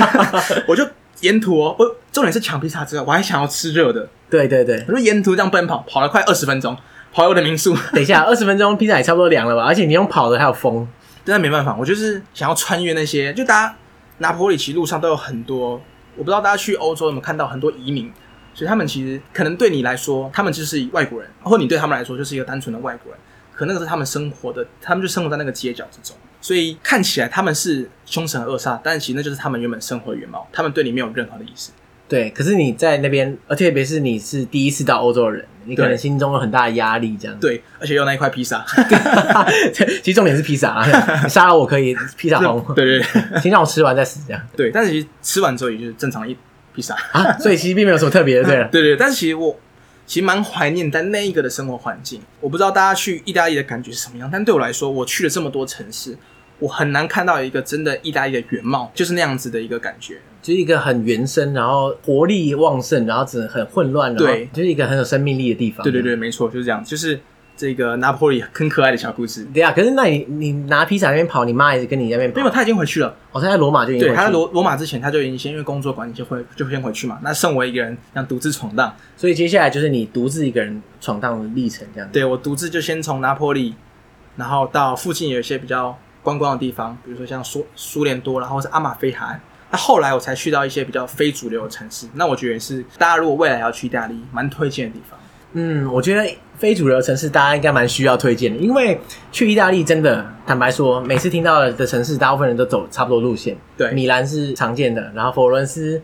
[SPEAKER 2] 我就沿途哦，我重点是抢披萨之外，我还想要吃热的，
[SPEAKER 1] 对对对。
[SPEAKER 2] 我就沿途这样奔跑，跑了快二十分钟，跑回我的民宿。
[SPEAKER 1] 等一下，二十分钟披萨也差不多凉了吧？而且你用跑的还有风。
[SPEAKER 2] 真的没办法，我就是想要穿越那些，就大家拿坡里其实路上都有很多，我不知道大家去欧洲有没有看到很多移民，所以他们其实可能对你来说，他们就是外国人，或你对他们来说就是一个单纯的外国人，可那个是他们生活的，他们就生活在那个街角之中，所以看起来他们是凶神恶煞，但其实那就是他们原本生活的原貌，他们对你没有任何的意思。
[SPEAKER 1] 对，可是你在那边，而特别是你是第一次到欧洲的人，你可能
[SPEAKER 2] 对
[SPEAKER 1] 心中有很大的压力，这样。
[SPEAKER 2] 对，而且又有那一块披萨，
[SPEAKER 1] 其实重点是披萨啊，你杀了我可以，披萨红，
[SPEAKER 2] 对对 对
[SPEAKER 1] 先让我吃完再死这样
[SPEAKER 2] 对，但是其实吃完之后也就是正常一披萨。
[SPEAKER 1] 啊。所以其实并没有什么特别的，对了。
[SPEAKER 2] 对对，但是其实我其实蛮怀念在那一个的生活环境。我不知道大家去意大利的感觉是什么样，但对我来说，我去了这么多城市，我很难看到一个真的意大利的原貌，就是那样子的一个感觉。
[SPEAKER 1] 就是一个很原生，然后活力旺盛，然后只很混乱，然后
[SPEAKER 2] 对
[SPEAKER 1] 就是一个很有生命力的地方。
[SPEAKER 2] 对对对，没错，就是这样，就是这个拿破里很可爱的小故事。
[SPEAKER 1] 对啊，可是那你你拿披萨那边跑，你妈也是跟你那边
[SPEAKER 2] 没
[SPEAKER 1] 跑
[SPEAKER 2] 有，。他已经回去了。
[SPEAKER 1] 哦，他在罗马就已经
[SPEAKER 2] 对，
[SPEAKER 1] 回去
[SPEAKER 2] 他在
[SPEAKER 1] 了，
[SPEAKER 2] 罗罗马之前，他就已经先因为工作关系就回就先回去嘛。那剩我一个人，想独自闯荡。
[SPEAKER 1] 所以接下来就是你独自一个人闯荡的历程，这样子。
[SPEAKER 2] 对我独自就先从拿坡里，然后到附近有一些比较观光的地方，比如说像苏苏联多啦，然后是阿马菲海岸。那后来我才去到一些比较非主流的城市，那我觉得也是大家如果未来要去意大利，蛮推荐的地方。
[SPEAKER 1] 嗯，我觉得非主流城市大家应该蛮需要推荐的，因为去意大利真的，坦白说，每次听到的城市，大部分人都走差不多路线。
[SPEAKER 2] 对
[SPEAKER 1] 米兰是常见的，然后佛罗伦斯、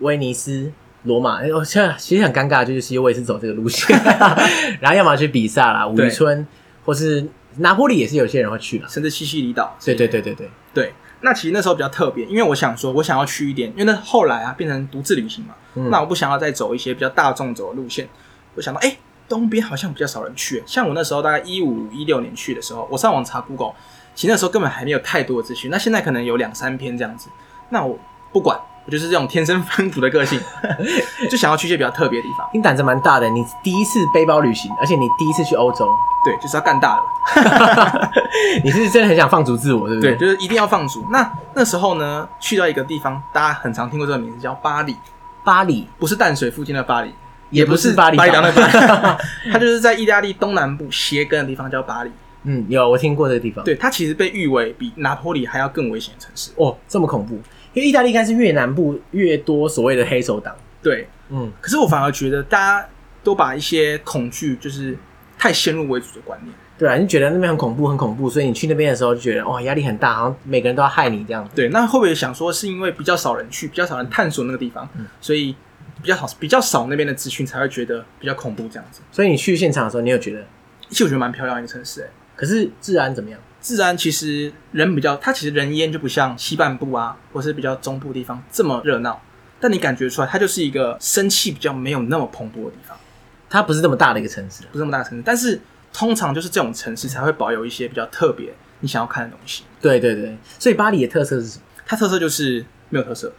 [SPEAKER 1] 威尼斯、罗马。哎，我现在其实很尴尬，就是其实我也是走这个路 线，然后要么去比萨啦、五渔
[SPEAKER 2] 对
[SPEAKER 1] 村，或是拿坡里，也是有些人会去啦。
[SPEAKER 2] 甚至西西里岛。
[SPEAKER 1] 对对对对对，
[SPEAKER 2] 对，那其实那时候比较特别，因为我想说，我想要去一点，因为那后来啊变成独自旅行嘛，
[SPEAKER 1] 嗯
[SPEAKER 2] 那我不想要再走一些比较大众走的路线，我想到哎、诶东边好像比较少人去。像我那时候大概一五一六年去的时候，我上网查 Google，其实那时候根本还没有太多的资讯。那现在可能有两三篇这样子。那我不管，我就是这种天生反骨的个性， 就想要去一些比较特别的地方。
[SPEAKER 1] 你胆子蛮大的，你第一次背包旅行，而且你第一次去欧洲，
[SPEAKER 2] 对，就是要干大了。
[SPEAKER 1] 你是真的很想放逐自我，对不
[SPEAKER 2] 对，
[SPEAKER 1] 对？
[SPEAKER 2] 就是一定要放逐。那那时候呢，去到一个地方，大家很常听过这个名字，叫巴黎，
[SPEAKER 1] 巴黎
[SPEAKER 2] 不是淡水附近的巴黎，
[SPEAKER 1] 也不是巴黎
[SPEAKER 2] 巴
[SPEAKER 1] 岛
[SPEAKER 2] 黎岛那 个巴黎，它就是在意大利东南部斜根的地方叫巴黎。
[SPEAKER 1] 嗯，有我听过这个地方。，
[SPEAKER 2] 对，它其实被誉为比拿坡里还要更危险的城市。
[SPEAKER 1] 哦，这么恐怖，因为意大利应该是越南部越多所谓的黑手党。
[SPEAKER 2] 对，
[SPEAKER 1] 嗯，
[SPEAKER 2] 可是我反而觉得大家都把一些恐惧就是太先入为主的观念。
[SPEAKER 1] 对啊，你觉得那边很恐怖，很恐怖，所以你去那边的时候就觉得哇，压力很大，好像每个人都要害你这样。
[SPEAKER 2] 对，那会不会想说是因为比较少人去，比较少人探索那个地方，
[SPEAKER 1] 嗯
[SPEAKER 2] 所以比较少比较少那边的资讯才会觉得比较恐怖这样子？
[SPEAKER 1] 所以你去现场的时候，你有觉得，
[SPEAKER 2] 其实我觉得蛮漂亮的一个城市、欸，
[SPEAKER 1] 可是治安怎么样？
[SPEAKER 2] 自然其实人比较，它其实人烟就不像西半部啊，或是比较中部地方这么热闹，但你感觉出来，它就是一个生气比较没有那么蓬勃的地方，
[SPEAKER 1] 它不是这么大的一个城市。啊
[SPEAKER 2] 不是那么大的城市。但是通常就是这种城市才会保有一些比较特别你想要看的东西。
[SPEAKER 1] 对对对，所以巴黎的特色是什么？
[SPEAKER 2] 它特色就是没有特色。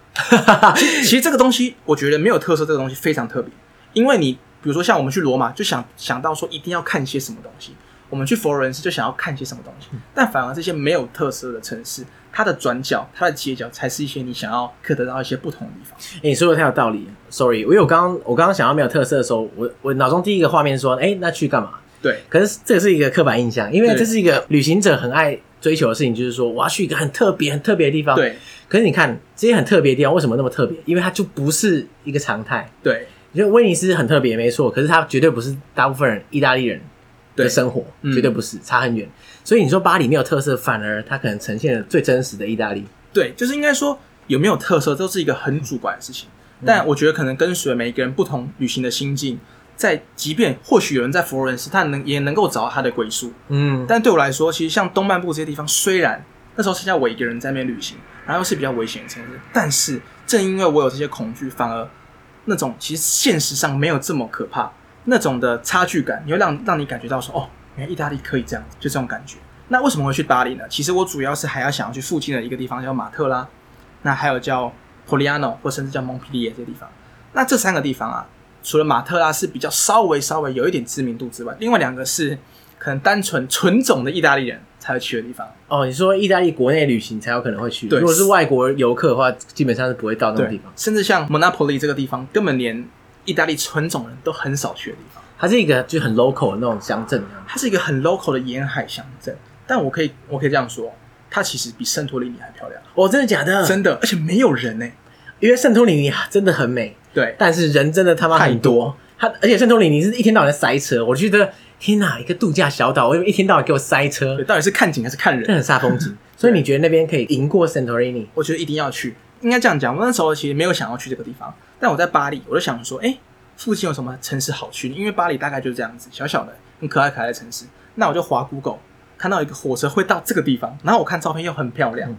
[SPEAKER 2] 其实其实这个东西，我觉得没有特色这个东西非常特别，因为你比如说像我们去罗马，就想想到说一定要看一些什么东西；我们去佛罗伦斯就想要看一些什么东西。但反而这些没有特色的城市，它的转角、它的街角，才是一些你想要可得到一些不同的地方。
[SPEAKER 1] 哎、你说的太有道理。Sorry，因为我刚刚我刚刚想到没有特色的时候，我我脑中第一个画面说，哎、那去干嘛？
[SPEAKER 2] 对
[SPEAKER 1] 可是这是一个刻板印象，因为
[SPEAKER 2] 对
[SPEAKER 1] 这是一个旅行者很爱追求的事情，就是说我要去一个很特别、很特别的地方。。
[SPEAKER 2] 对
[SPEAKER 1] 可是你看这些很特别的地方为什么那么特别？因为它就不是一个常态。
[SPEAKER 2] 对
[SPEAKER 1] 因为威尼斯很特别，没错，可是它绝对不是大部分人意大利人的
[SPEAKER 2] 对
[SPEAKER 1] 生活，
[SPEAKER 2] 嗯
[SPEAKER 1] 绝对不是，差很远。所以你说巴黎没有特色，反而它可能呈现了最真实的意大利。
[SPEAKER 2] 对，就是应该说有没有特色，都是一个很主观的事情。但我觉得可能跟随每一个人不同旅行的心境，在即便或许有人在佛罗伦斯，他能也能够找到他的归宿。
[SPEAKER 1] 嗯，
[SPEAKER 2] 但对我来说，其实像东半部这些地方，虽然那时候剩下我一个人在那边旅行，然后是比较危险的城市，但是正因为我有这些恐惧，反而那种其实现实上没有这么可怕，那种的差距感，你会让让你感觉到说，哦，原来意大利可以这样子，就这种感觉。那为什么会去巴黎呢？其实我主要是还要想要去附近的一个地方叫马特拉，那还有叫 Poliano 或甚至叫蒙皮利耶这些地方。那这三个地方啊，除了马特拉是比较稍微稍微有一点知名度之外，另外两个是可能单纯纯种的意大利人才会去的地方。
[SPEAKER 1] 哦，你说意大利国内旅行才有可能会去，
[SPEAKER 2] 对
[SPEAKER 1] 如果是外国游客的话，基本上是不会到那种地
[SPEAKER 2] 对
[SPEAKER 1] 方。，
[SPEAKER 2] 甚至像 Monopoli 这个地方，根本连意大利纯种人都很少去的地方。
[SPEAKER 1] 它是一个就很 local 的那种乡镇这样
[SPEAKER 2] 它是一个很 local 的沿海乡镇，但我可以我可以这样说，它其实比圣托里尼还漂亮，
[SPEAKER 1] 哦，真的假的？
[SPEAKER 2] 真的，而且没有人呢、
[SPEAKER 1] 因为圣托里尼真的很美，
[SPEAKER 2] 对，
[SPEAKER 1] 但是人真的他妈很
[SPEAKER 2] 太多
[SPEAKER 1] 它而且圣托里尼是一天到晚在塞车，我觉得天哪，一个度假小岛，为什么一天到晚给我塞车
[SPEAKER 2] 对，？到底是看景还是看
[SPEAKER 1] 这
[SPEAKER 2] 人？
[SPEAKER 1] 很煞风景。所以你觉得那边可以赢过 Santorini？
[SPEAKER 2] 我觉得一定要去。应该这样讲，我那时候其实没有想要去这个地方，但我在巴黎，我就想说，哎、附近有什么城市好去？因为巴黎大概就是这样子，小小的、很可爱可爱的城市。那我就划 Google，看到一个火车会到这个地方，然后我看照片又很漂亮，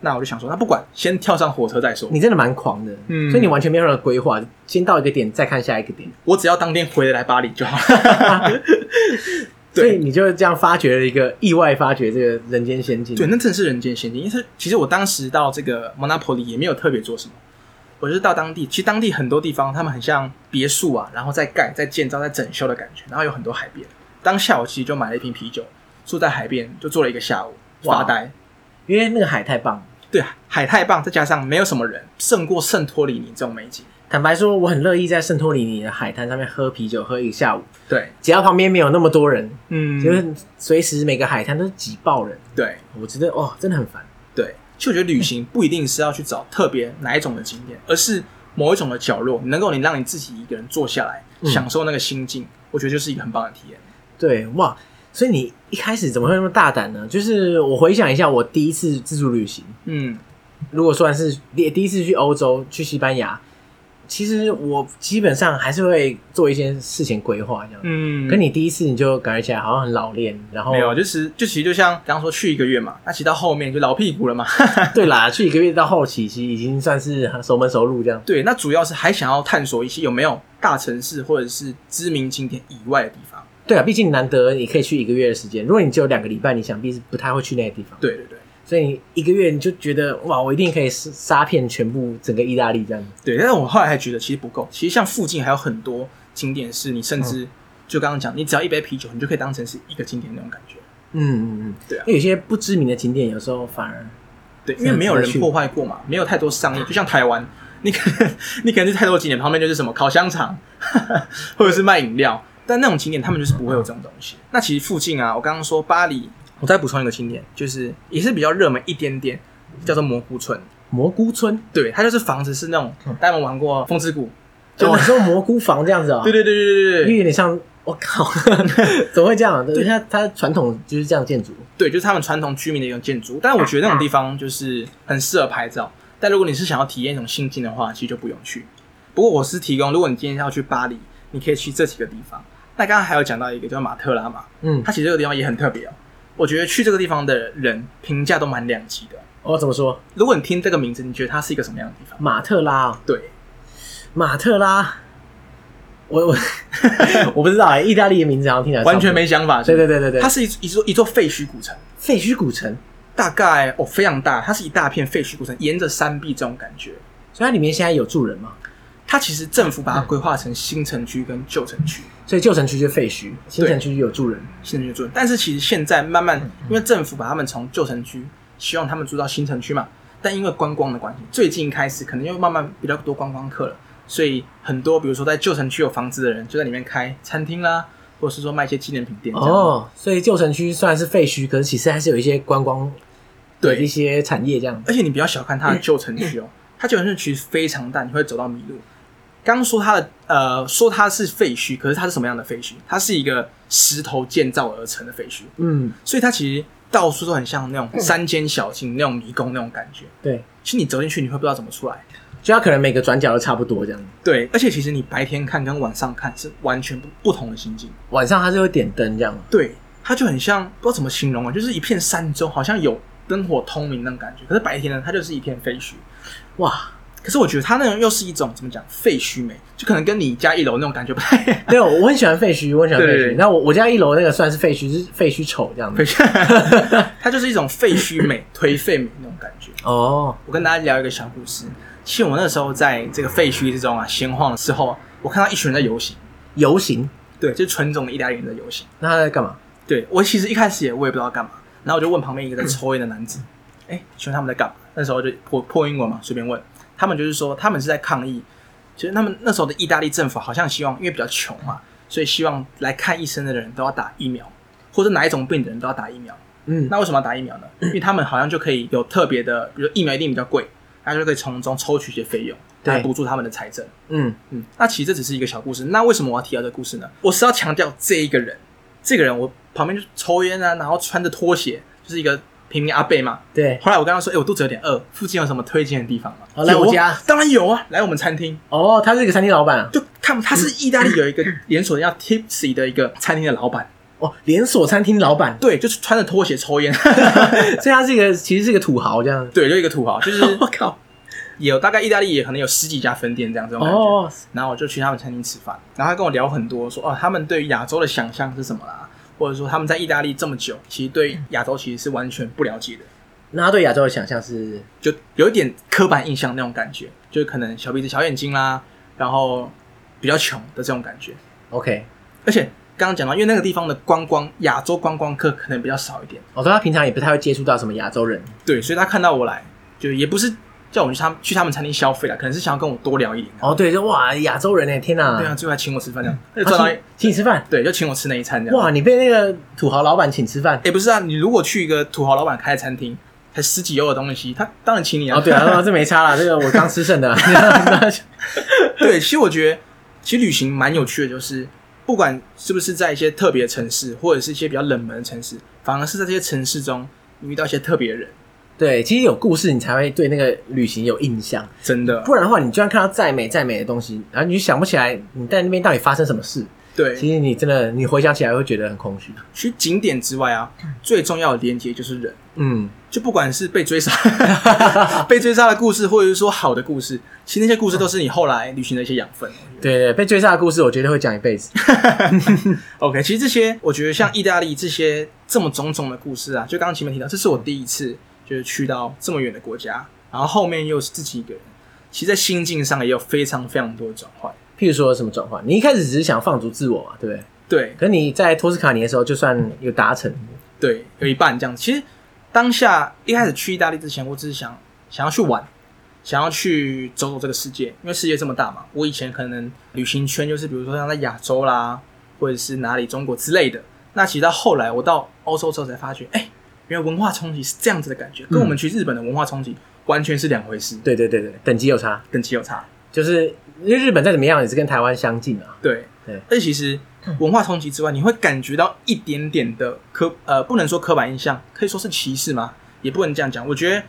[SPEAKER 2] 那我就想说，那不管，先跳上火车再说。
[SPEAKER 1] 嗯你真的蛮狂的，
[SPEAKER 2] 嗯
[SPEAKER 1] 所以你完全没有任何规划，先到一个点再看下一个点，
[SPEAKER 2] 我只要当天回得来巴黎就好 了。
[SPEAKER 1] 所
[SPEAKER 2] 对
[SPEAKER 1] 以你就这样发掘了一个意外，发掘这个人间仙境。
[SPEAKER 2] 对，那真的是人间仙境。因为它其实我当时到这个 Monopoly 也没有特别做什么，我就是到当地，其实当地很多地方他们很像别墅啊，然后在盖、在建造、在整修的感觉，然后有很多海边。当下我其实就买了一瓶啤酒，住在海边就坐了一个下午，
[SPEAKER 1] 哇
[SPEAKER 2] 发呆。
[SPEAKER 1] 因为那个海太棒了。
[SPEAKER 2] 对，海太棒，再加上没有什么人，胜过圣托里尼这种美景。
[SPEAKER 1] 坦白说，我很乐意在圣托里尼的海滩上面喝啤酒喝一个下午，
[SPEAKER 2] 对，
[SPEAKER 1] 只要旁边没有那么多人，
[SPEAKER 2] 嗯，
[SPEAKER 1] 就是随时每个海滩都是挤爆人，
[SPEAKER 2] 对
[SPEAKER 1] 我觉得哦，真的很烦。
[SPEAKER 2] 对。其实我觉得旅行不一定是要去找特别哪一种的景点，而是某一种的角落，能够你让你自己一个人坐下来，
[SPEAKER 1] 嗯
[SPEAKER 2] 享受那个心境，我觉得就是一个很棒的体验。
[SPEAKER 1] 对，哇，所以你一开始怎么会那么大胆呢？就是我回想一下，我第一次自助旅行，
[SPEAKER 2] 嗯，
[SPEAKER 1] 如果算是第第一次去欧洲去西班牙，其实我基本上还是会做一些事情规划这样。
[SPEAKER 2] 嗯
[SPEAKER 1] 可你第一次你就感觉起来好像很老练，然后
[SPEAKER 2] 没有，就是就其实就像刚刚说去一个月嘛，那其实到后面就老屁股了嘛。
[SPEAKER 1] 对啦，去一个月到后期，其实已经算是熟门熟路这样。
[SPEAKER 2] 对，那主要是还想要探索一些有没有大城市或者是知名景点以外的地方。
[SPEAKER 1] 对啊，毕竟难得你可以去一个月的时间，如果你只有两个礼拜，你想必是不太会去那些地方。
[SPEAKER 2] 对对对
[SPEAKER 1] 所以你一个月你就觉得哇，我一定可以杀杀遍全部整个意大利这样。
[SPEAKER 2] 对，但是我后来还觉得其实不够，其实像附近还有很多景点是你甚至、就刚刚讲，你只要一杯啤酒，你就可以当成是一个景点那种感觉。
[SPEAKER 1] 嗯嗯嗯，
[SPEAKER 2] 对啊
[SPEAKER 1] 因为有些不知名的景点，有时候反而
[SPEAKER 2] 对，因为没有人
[SPEAKER 1] 是是
[SPEAKER 2] 破坏过嘛，没有太多商业，就像台湾，你 可能你可能是太多景点旁边就是什么烤香肠， 或者是卖饮料，但那种景点他们就是不会有这种东西。那其实附近啊，我刚刚说巴黎，我再补充一个景点，就是也是比较热门一点点，叫做蘑菇村。
[SPEAKER 1] 蘑菇村，
[SPEAKER 2] 对，它就是房子是那种大家有没有玩过《风之谷》？真的
[SPEAKER 1] 哦，你说蘑菇房这样 子啊、
[SPEAKER 2] 对对对对对对
[SPEAKER 1] 因为
[SPEAKER 2] 对，
[SPEAKER 1] 有点像，我靠， 怎么会这样？啊对，它它传统就是这样建筑。
[SPEAKER 2] 对，就是他们传统居民的一种建筑。但我觉得那种地方就是很适合拍照。但如果你是想要体验一种心境的话，其实就不用去。不过我是提供，如果你今天要去巴黎，你可以去这几个地方。那刚刚还有讲到一个叫马特拉嘛，
[SPEAKER 1] 嗯，
[SPEAKER 2] 它其实这个地方也很特别哦。我觉得去这个地方的人评价都蛮两极的。
[SPEAKER 1] 哦，怎么说？
[SPEAKER 2] 如果你听这个名字，你觉得它是一个什么样的地方？
[SPEAKER 1] 马特拉、哦，
[SPEAKER 2] 对，
[SPEAKER 1] 马特拉，我 我我不知道哎、意大利的名字好像听起来
[SPEAKER 2] 完全
[SPEAKER 1] 差
[SPEAKER 2] 没想法。
[SPEAKER 1] 不多。对
[SPEAKER 2] 对
[SPEAKER 1] 对对对
[SPEAKER 2] 它
[SPEAKER 1] 对，
[SPEAKER 2] 是一一座一座废墟古城。
[SPEAKER 1] 废墟古城，
[SPEAKER 2] 大概哦非常大，它是一大片废墟古城，沿着山壁这种感觉。
[SPEAKER 1] 所以它里面现在有住人嘛？
[SPEAKER 2] 它其实政府把它规划成新城区跟旧城区，
[SPEAKER 1] 所以旧城区就废墟，新城区有住人。
[SPEAKER 2] 新城区住人。但是其实现在慢慢，因为政府把他们从旧城区，希望他们住到新城区嘛。但因为观光的关系，最近开始可能又慢慢比较多观光客了，所以很多比如说在旧城区有房子的人，就在里面开餐厅啦，或者是说卖一些纪念品店这样。
[SPEAKER 1] 哦，所以旧城区虽然是废墟，可是其实还是有一些观光的一
[SPEAKER 2] 对，
[SPEAKER 1] 些产业这样。
[SPEAKER 2] 而且你不要小看它的旧城区哦，它旧城区其实非常大，你会走到迷路。刚说它的呃，说它是废墟，可是它是什么样的废墟？它是一个石头建造而成的废墟，
[SPEAKER 1] 嗯，
[SPEAKER 2] 所以它其实到处都很像那种山间小径、那种迷宫那种感觉。
[SPEAKER 1] 对，
[SPEAKER 2] 其实你走进去，你会不知道怎么出来。
[SPEAKER 1] 就它可能每个转角都差不多这样。
[SPEAKER 2] 对，而且其实你白天看跟晚上看是完全不不同的心境。
[SPEAKER 1] 晚上它就会点灯这样。
[SPEAKER 2] 对，它就很像不知道怎么形容啊，就是一片山中，好像有灯火通明那种感觉。可是白天呢，它就是一片废墟。
[SPEAKER 1] 哇，
[SPEAKER 2] 可是我觉得它那种又是一种怎么讲废墟美，就可能跟你家一楼那种感觉不太 一样。
[SPEAKER 1] 对，我很喜欢废墟，我很喜欢废
[SPEAKER 2] 对对
[SPEAKER 1] 墟。
[SPEAKER 2] 对
[SPEAKER 1] 那我我家一楼那个算是废墟，是废墟丑这样子
[SPEAKER 2] 废。墟它就是一种废墟美、颓废美那种感觉。
[SPEAKER 1] 哦，
[SPEAKER 2] 我跟大家聊一个小故事。其实我那时候在这个废墟之中啊闲晃的时候啊，我看到一群人在游行，
[SPEAKER 1] 游行，
[SPEAKER 2] 对，就是纯种的意大利人在游行。
[SPEAKER 1] 那他在干嘛？
[SPEAKER 2] 对我其实一开始也我也不知道干嘛，然后我就问旁边一个在抽烟的男子，哎、请问他们在干嘛？那时候就破破英文嘛，随便问。他们就是说他们是在抗议，其实他们那时候的意大利政府好像希望，因为比较穷嘛，所以希望来看医生的人都要打疫苗，或者哪一种病的人都要打疫苗。
[SPEAKER 1] 嗯，
[SPEAKER 2] 那为什么要打疫苗呢？因为他们好像就可以有特别的，比如疫苗一定比较贵，那就可以从中抽取一些费用
[SPEAKER 1] 对
[SPEAKER 2] 来补助他们的财政。
[SPEAKER 1] 嗯，
[SPEAKER 2] 嗯，那其实这只是一个小故事。那为什么我要提到这个故事呢？我是要强调这一个人，这个人我旁边就抽烟啊，然后穿着拖鞋，就是一个平民阿贝嘛。
[SPEAKER 1] 对，
[SPEAKER 2] 后来我跟他说：“哎、我肚子有点饿，附近有什么推荐的地方吗？”
[SPEAKER 1] 哦来我
[SPEAKER 2] 有啊
[SPEAKER 1] 家，
[SPEAKER 2] 当然有啊，来我们餐厅。
[SPEAKER 1] 哦，他是一个餐厅老板啊。
[SPEAKER 2] 就看他是意大利有一个连锁叫 Tipsy 的一个餐厅的老板，
[SPEAKER 1] 哦，连锁餐厅老 板，
[SPEAKER 2] 对，就是穿着拖鞋抽烟，
[SPEAKER 1] 所以他是一个其实是一个土豪这样。
[SPEAKER 2] 对，就一个土豪，就是
[SPEAKER 1] 我靠，
[SPEAKER 2] 有大概意大利也可能有十几家分店这样这种感觉。
[SPEAKER 1] 哦，
[SPEAKER 2] 然后我就去他们餐厅吃饭，然后他跟我聊很多，说哦，他们对于亚洲的想象是什么啦，或者说他们在意大利这么久，其实对亚洲其实是完全不了解的，
[SPEAKER 1] 那他对亚洲的想象是
[SPEAKER 2] 就有一点刻板印象那种感觉，就是可能小鼻子小眼睛啦，然后比较穷的这种感觉。
[SPEAKER 1] OK。
[SPEAKER 2] 而且刚刚讲到，因为那个地方的观光亚洲观光客可能比较少一点，
[SPEAKER 1] 我说哦他平常也不太会接触到什么亚洲人。
[SPEAKER 2] 对，所以他看到我来，就也不是叫我们去他们去他们餐厅消费啦，可能是想要跟我多聊一点。
[SPEAKER 1] 哦，对，就哇，亚洲人哎，天哪！
[SPEAKER 2] 对啊，最后还请我吃饭这样，那
[SPEAKER 1] 他
[SPEAKER 2] 就赚到一
[SPEAKER 1] 请请你吃饭，
[SPEAKER 2] 对，就请我吃那一餐这样。
[SPEAKER 1] 哇，你被那个土豪老板请吃饭。
[SPEAKER 2] 也不是啊，你如果去一个土豪老板开的餐厅，才十几欧的东西，他当然请你啊。
[SPEAKER 1] 哦，对啊，这没差啦，这个我刚吃剩的。 那就
[SPEAKER 2] 对，其实我觉得，其实旅行蛮有趣的，就是不管是不是在一些特别的城市，或者是一些比较冷门的城市，反而是在这些城市中，你遇到一些特别的人，
[SPEAKER 1] 对，其实有故事，你才会对那个旅行有印象。
[SPEAKER 2] 真的，
[SPEAKER 1] 不然的话，你就算看到再美再美的东西，然后你就想不起来你在那边到底发生什么事。
[SPEAKER 2] 对，
[SPEAKER 1] 其实你真的，你回想起来会觉得很空虚。
[SPEAKER 2] 其实景点之外啊，最重要的连接就是人。
[SPEAKER 1] 嗯，
[SPEAKER 2] 就不管是被追杀、 被追杀的故事，或者是说好的故事，其实那些故事都是你后来旅行的一些养分。
[SPEAKER 1] 对对，被追杀的故事，我绝对会讲一辈子。
[SPEAKER 2] OK，其实这些我觉得像意大利这些这么种种的故事啊，就刚刚前面提到，这是我第一次就是去到这么远的国家，然后后面又是自己一个人，其实，在心境上也有非常非常多的转换。
[SPEAKER 1] 譬如说什么转换，你一开始只是想放逐自我嘛，对不对？
[SPEAKER 2] 对
[SPEAKER 1] 可你在托斯卡尼的时候，就算有达成，
[SPEAKER 2] 对，有一半这样子。其实当下一开始去意大利之前，我只是想想要去玩，想要去走走这个世界，因为世界这么大嘛。我以前可能旅行圈就是比如说像在亚洲啦，或者是哪里中国之类的。那其实到后来我到欧洲之后才发觉，哎、原来文化冲击是这样子的感觉，跟我们去日本的文化冲击完全是两回事，
[SPEAKER 1] 对对对对，等级有差，
[SPEAKER 2] 等级有差。
[SPEAKER 1] 就是因为日本再怎么样也是跟台湾相近啊。
[SPEAKER 2] 对
[SPEAKER 1] 对嗯
[SPEAKER 2] 而且其实文化冲击之外，你会感觉到一点点的刻呃，不能说刻板印象，可以说是歧视吗？也不能这样讲。我觉得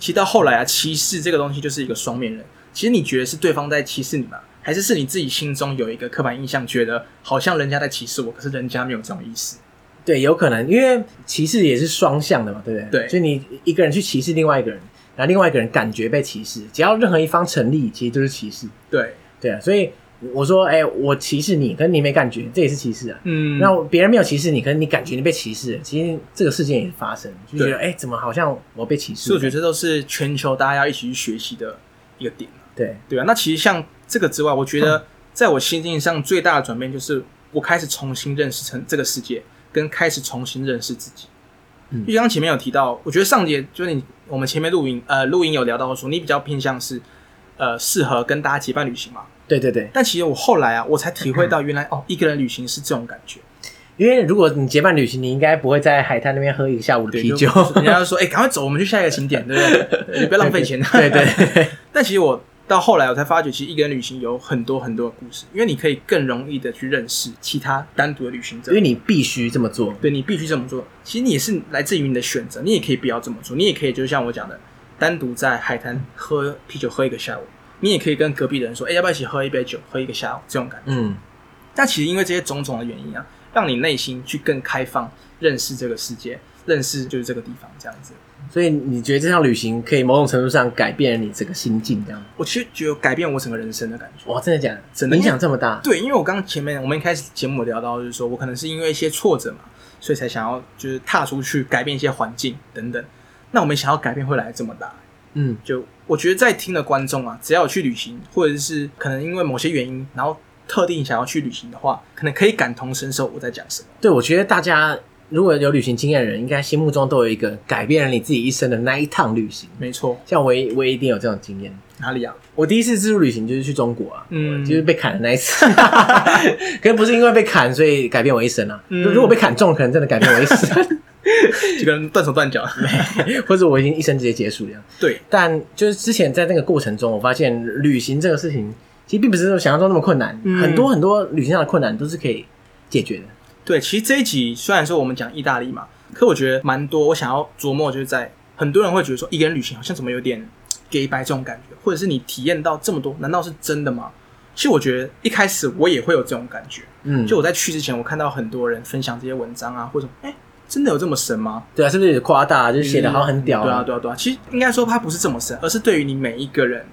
[SPEAKER 2] 其实到后来啊，歧视这个东西就是一个双面人。其实你觉得是对方在歧视你吗？还是是你自己心中有一个刻板印象，觉得好像人家在歧视我，可是人家没有这种意思。
[SPEAKER 1] 对，有可能，因为歧视也是双向的嘛，对不对？
[SPEAKER 2] 对
[SPEAKER 1] 所以你一个人去歧视另外一个人，然后另外一个人感觉被歧视，只要任何一方成立，其实就是歧视。
[SPEAKER 2] 对，
[SPEAKER 1] 对啊，所以我说，哎、我歧视你，可是你没感觉，这也是歧视啊。
[SPEAKER 2] 嗯，
[SPEAKER 1] 那别人没有歧视你，可是你感觉你被歧视了，其实这个事件也发生，就觉得
[SPEAKER 2] 对
[SPEAKER 1] 哎、怎么好像我被歧视
[SPEAKER 2] 所
[SPEAKER 1] 了？
[SPEAKER 2] 以我觉得这都是全球大家要一起去学习的一个点。
[SPEAKER 1] 对，
[SPEAKER 2] 对啊，那其实像这个之外，我觉得在我心境上最大的转变就是，我开始重新认识成这个世界，跟开始重新认识自己。
[SPEAKER 1] 嗯
[SPEAKER 2] 就像前面有提到，我觉得上节就是你我们前面录影呃录影有聊到说，你比较偏向是呃适合跟大家结伴旅行嘛。
[SPEAKER 1] 对对对，
[SPEAKER 2] 但其实我后来啊，我才体会到原来哦，一个人旅行是这种感觉。
[SPEAKER 1] 因为如果你结伴旅行，你应该不会在海滩那边喝一个下午的
[SPEAKER 2] 对，
[SPEAKER 1] 啤
[SPEAKER 2] 就
[SPEAKER 1] 酒，
[SPEAKER 2] 人家就说哎，赶快走，我们去下一个景点，对 不对？你不要浪费钱。
[SPEAKER 1] 对对对对
[SPEAKER 2] 但其实我到后来我才发觉，其实一个人旅行有很多很多的故事，因为你可以更容易的去认识其他单独的旅行者
[SPEAKER 1] 因为。你必须这么做。
[SPEAKER 2] 对你必须这么做，其实你也是来自于你的选择，你也可以不要这么做，你也可以就像我讲的，单独在海滩喝啤酒喝一个下午，你也可以跟隔壁的人说，哎、要不要一起喝一杯酒，喝一个下午这种感觉。
[SPEAKER 1] 嗯，
[SPEAKER 2] 但其实因为这些种种的原因啊，让你内心去更开放，认识这个世界，认识就是这个地方这样子。
[SPEAKER 1] 所以你觉得这趟旅行可以某种程度上改变你整个心境，这样？
[SPEAKER 2] 我其实觉得改变我整个人生的感觉。
[SPEAKER 1] 哇，真的假的？
[SPEAKER 2] 真的
[SPEAKER 1] 影响这么大？
[SPEAKER 2] 对，因为我刚前面我们一开始节目有聊到，就是说我可能是因为一些挫折嘛，所以才想要就是踏出去改变一些环境等等。那我们想要改变会来得这么大，
[SPEAKER 1] 嗯，
[SPEAKER 2] 就我觉得在听的观众啊，只要有去旅行，或者是可能因为某些原因，然后特定想要去旅行的话，可能可以感同身受我在讲什么。
[SPEAKER 1] 对，我觉得大家如果有旅行经验的人，应该心目中都有一个改变了你自己一生的那一趟旅行。
[SPEAKER 2] 没错，
[SPEAKER 1] 像我也，我也一定有这种经验。
[SPEAKER 2] 哪里啊？
[SPEAKER 1] 我第一次自助旅行就是去中国啊，
[SPEAKER 2] 嗯
[SPEAKER 1] 就是被砍的那一次， 可是不是因为被砍所以改变我一生啊。
[SPEAKER 2] 嗯
[SPEAKER 1] 如果被砍中，可能真的改变我一生，
[SPEAKER 2] 这个人断手断脚。
[SPEAKER 1] 或者我已经一生直接结束这样。
[SPEAKER 2] 对，
[SPEAKER 1] 但就是之前在那个过程中，我发现旅行这个事情其实并不是想象中那么困难，
[SPEAKER 2] 嗯
[SPEAKER 1] 很多很多旅行上的困难都是可以解决的。
[SPEAKER 2] 对，其实这一集虽然说我们讲意大利嘛，可我觉得蛮多，我想要琢磨就是在很多人会觉得说一个人旅行好像怎么有点 gay 白这种感觉，或者是你体验到这么多，难道是真的吗？其实我觉得一开始我也会有这种感觉，
[SPEAKER 1] 嗯，
[SPEAKER 2] 就我在去之前，我看到很多人分享这些文章啊，或者哎、诶真的有这么神吗？
[SPEAKER 1] 对啊，是不是有点夸大？就是写的好像很屌、
[SPEAKER 2] 对啊，对啊，对啊。其实应该说它不是这么深，而是对于你每一个人，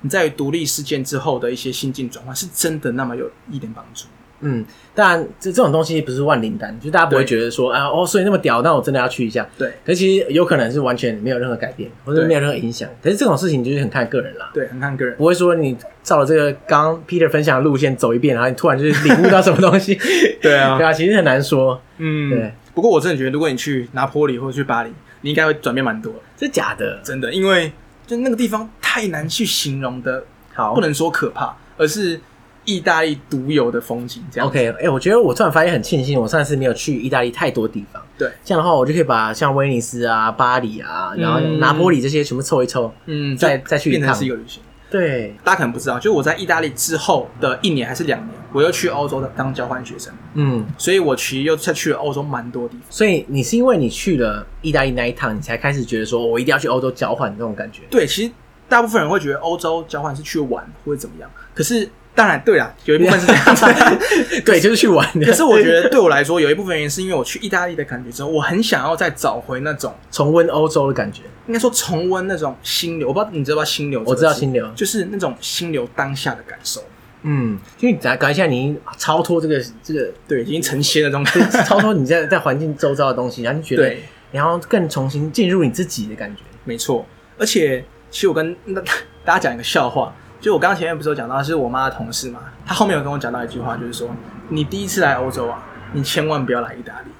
[SPEAKER 2] 你在独立事件之后的一些心境转换，是真的那么有一点帮助。
[SPEAKER 1] 嗯，当然这这种东西不是万灵丹，就大家不会
[SPEAKER 2] 对
[SPEAKER 1] 觉得说啊哦，所以那么屌，那我真的要去一下。
[SPEAKER 2] 对
[SPEAKER 1] 可是其实有可能是完全没有任何改变，或者
[SPEAKER 2] 对
[SPEAKER 1] 没有任何影响。可是这种事情就是很看个人啦，
[SPEAKER 2] 对，很看个人。
[SPEAKER 1] 不会说你照了这个刚刚 Peter 分享的路线走一遍，然后你突然就是领悟到什么东 西。
[SPEAKER 2] 对啊
[SPEAKER 1] 对啊，其实很难说，对
[SPEAKER 2] 嗯，不过我真的觉得，如果你去拿坡里或者去巴黎，你应该会转变蛮多的，
[SPEAKER 1] 这假的。
[SPEAKER 2] 真的，因为就那个地方太难去形容的，
[SPEAKER 1] 好
[SPEAKER 2] 不能说可怕，而是意大利独有的风景。这样
[SPEAKER 1] OK，哎、我觉得我突然发现很庆幸，我上次没有去意大利太多地方。
[SPEAKER 2] 对，
[SPEAKER 1] 这样的话，我就可以把像威尼斯啊、巴黎啊，然后
[SPEAKER 2] 嗯
[SPEAKER 1] 拿坡里这些全部凑一凑。
[SPEAKER 2] 嗯，
[SPEAKER 1] 再
[SPEAKER 2] 就
[SPEAKER 1] 再去一
[SPEAKER 2] 变成
[SPEAKER 1] 趟
[SPEAKER 2] 是一个旅行。嗯
[SPEAKER 1] 对，
[SPEAKER 2] 大家可能不知道，就是我在意大利之后的一年还是两年，我又去欧洲当交换学生，
[SPEAKER 1] 嗯，
[SPEAKER 2] 所以我其实又再去了欧洲蛮多地方。
[SPEAKER 1] 所以你是因为你去了意大利那一趟，你才开始觉得说我一定要去欧洲交换这种感觉。
[SPEAKER 2] 对，其实大部分人会觉得欧洲交换是去玩或者怎么样，可是当然对啦，有一部分是 这样子。
[SPEAKER 1] 对，就是去玩的。
[SPEAKER 2] 可是我觉得对我来说，有一部分原因是因为我去意大利的感觉之后，我很想要再找回那种
[SPEAKER 1] 重温欧洲的感觉，
[SPEAKER 2] 应该说重温那种心流。我不知道你知不知道心流这个
[SPEAKER 1] 我
[SPEAKER 2] 词？
[SPEAKER 1] 知道心流
[SPEAKER 2] 就是那种心流当下的感受。
[SPEAKER 1] 嗯，因为你感感觉一下你已经超脱这个这个，
[SPEAKER 2] 对，已经成仙的那种感觉。
[SPEAKER 1] 超脱你在在环境周遭的东西，然后你觉得
[SPEAKER 2] 对，
[SPEAKER 1] 你要更重新进入你自己的感觉。
[SPEAKER 2] 没错。而且，其实我跟那大家讲一个笑话，就我刚刚前面不是有讲到，是我妈的同事嘛，她后面有跟我讲到一句话，就是说，你第一次来欧洲啊，你千万不要来意大利，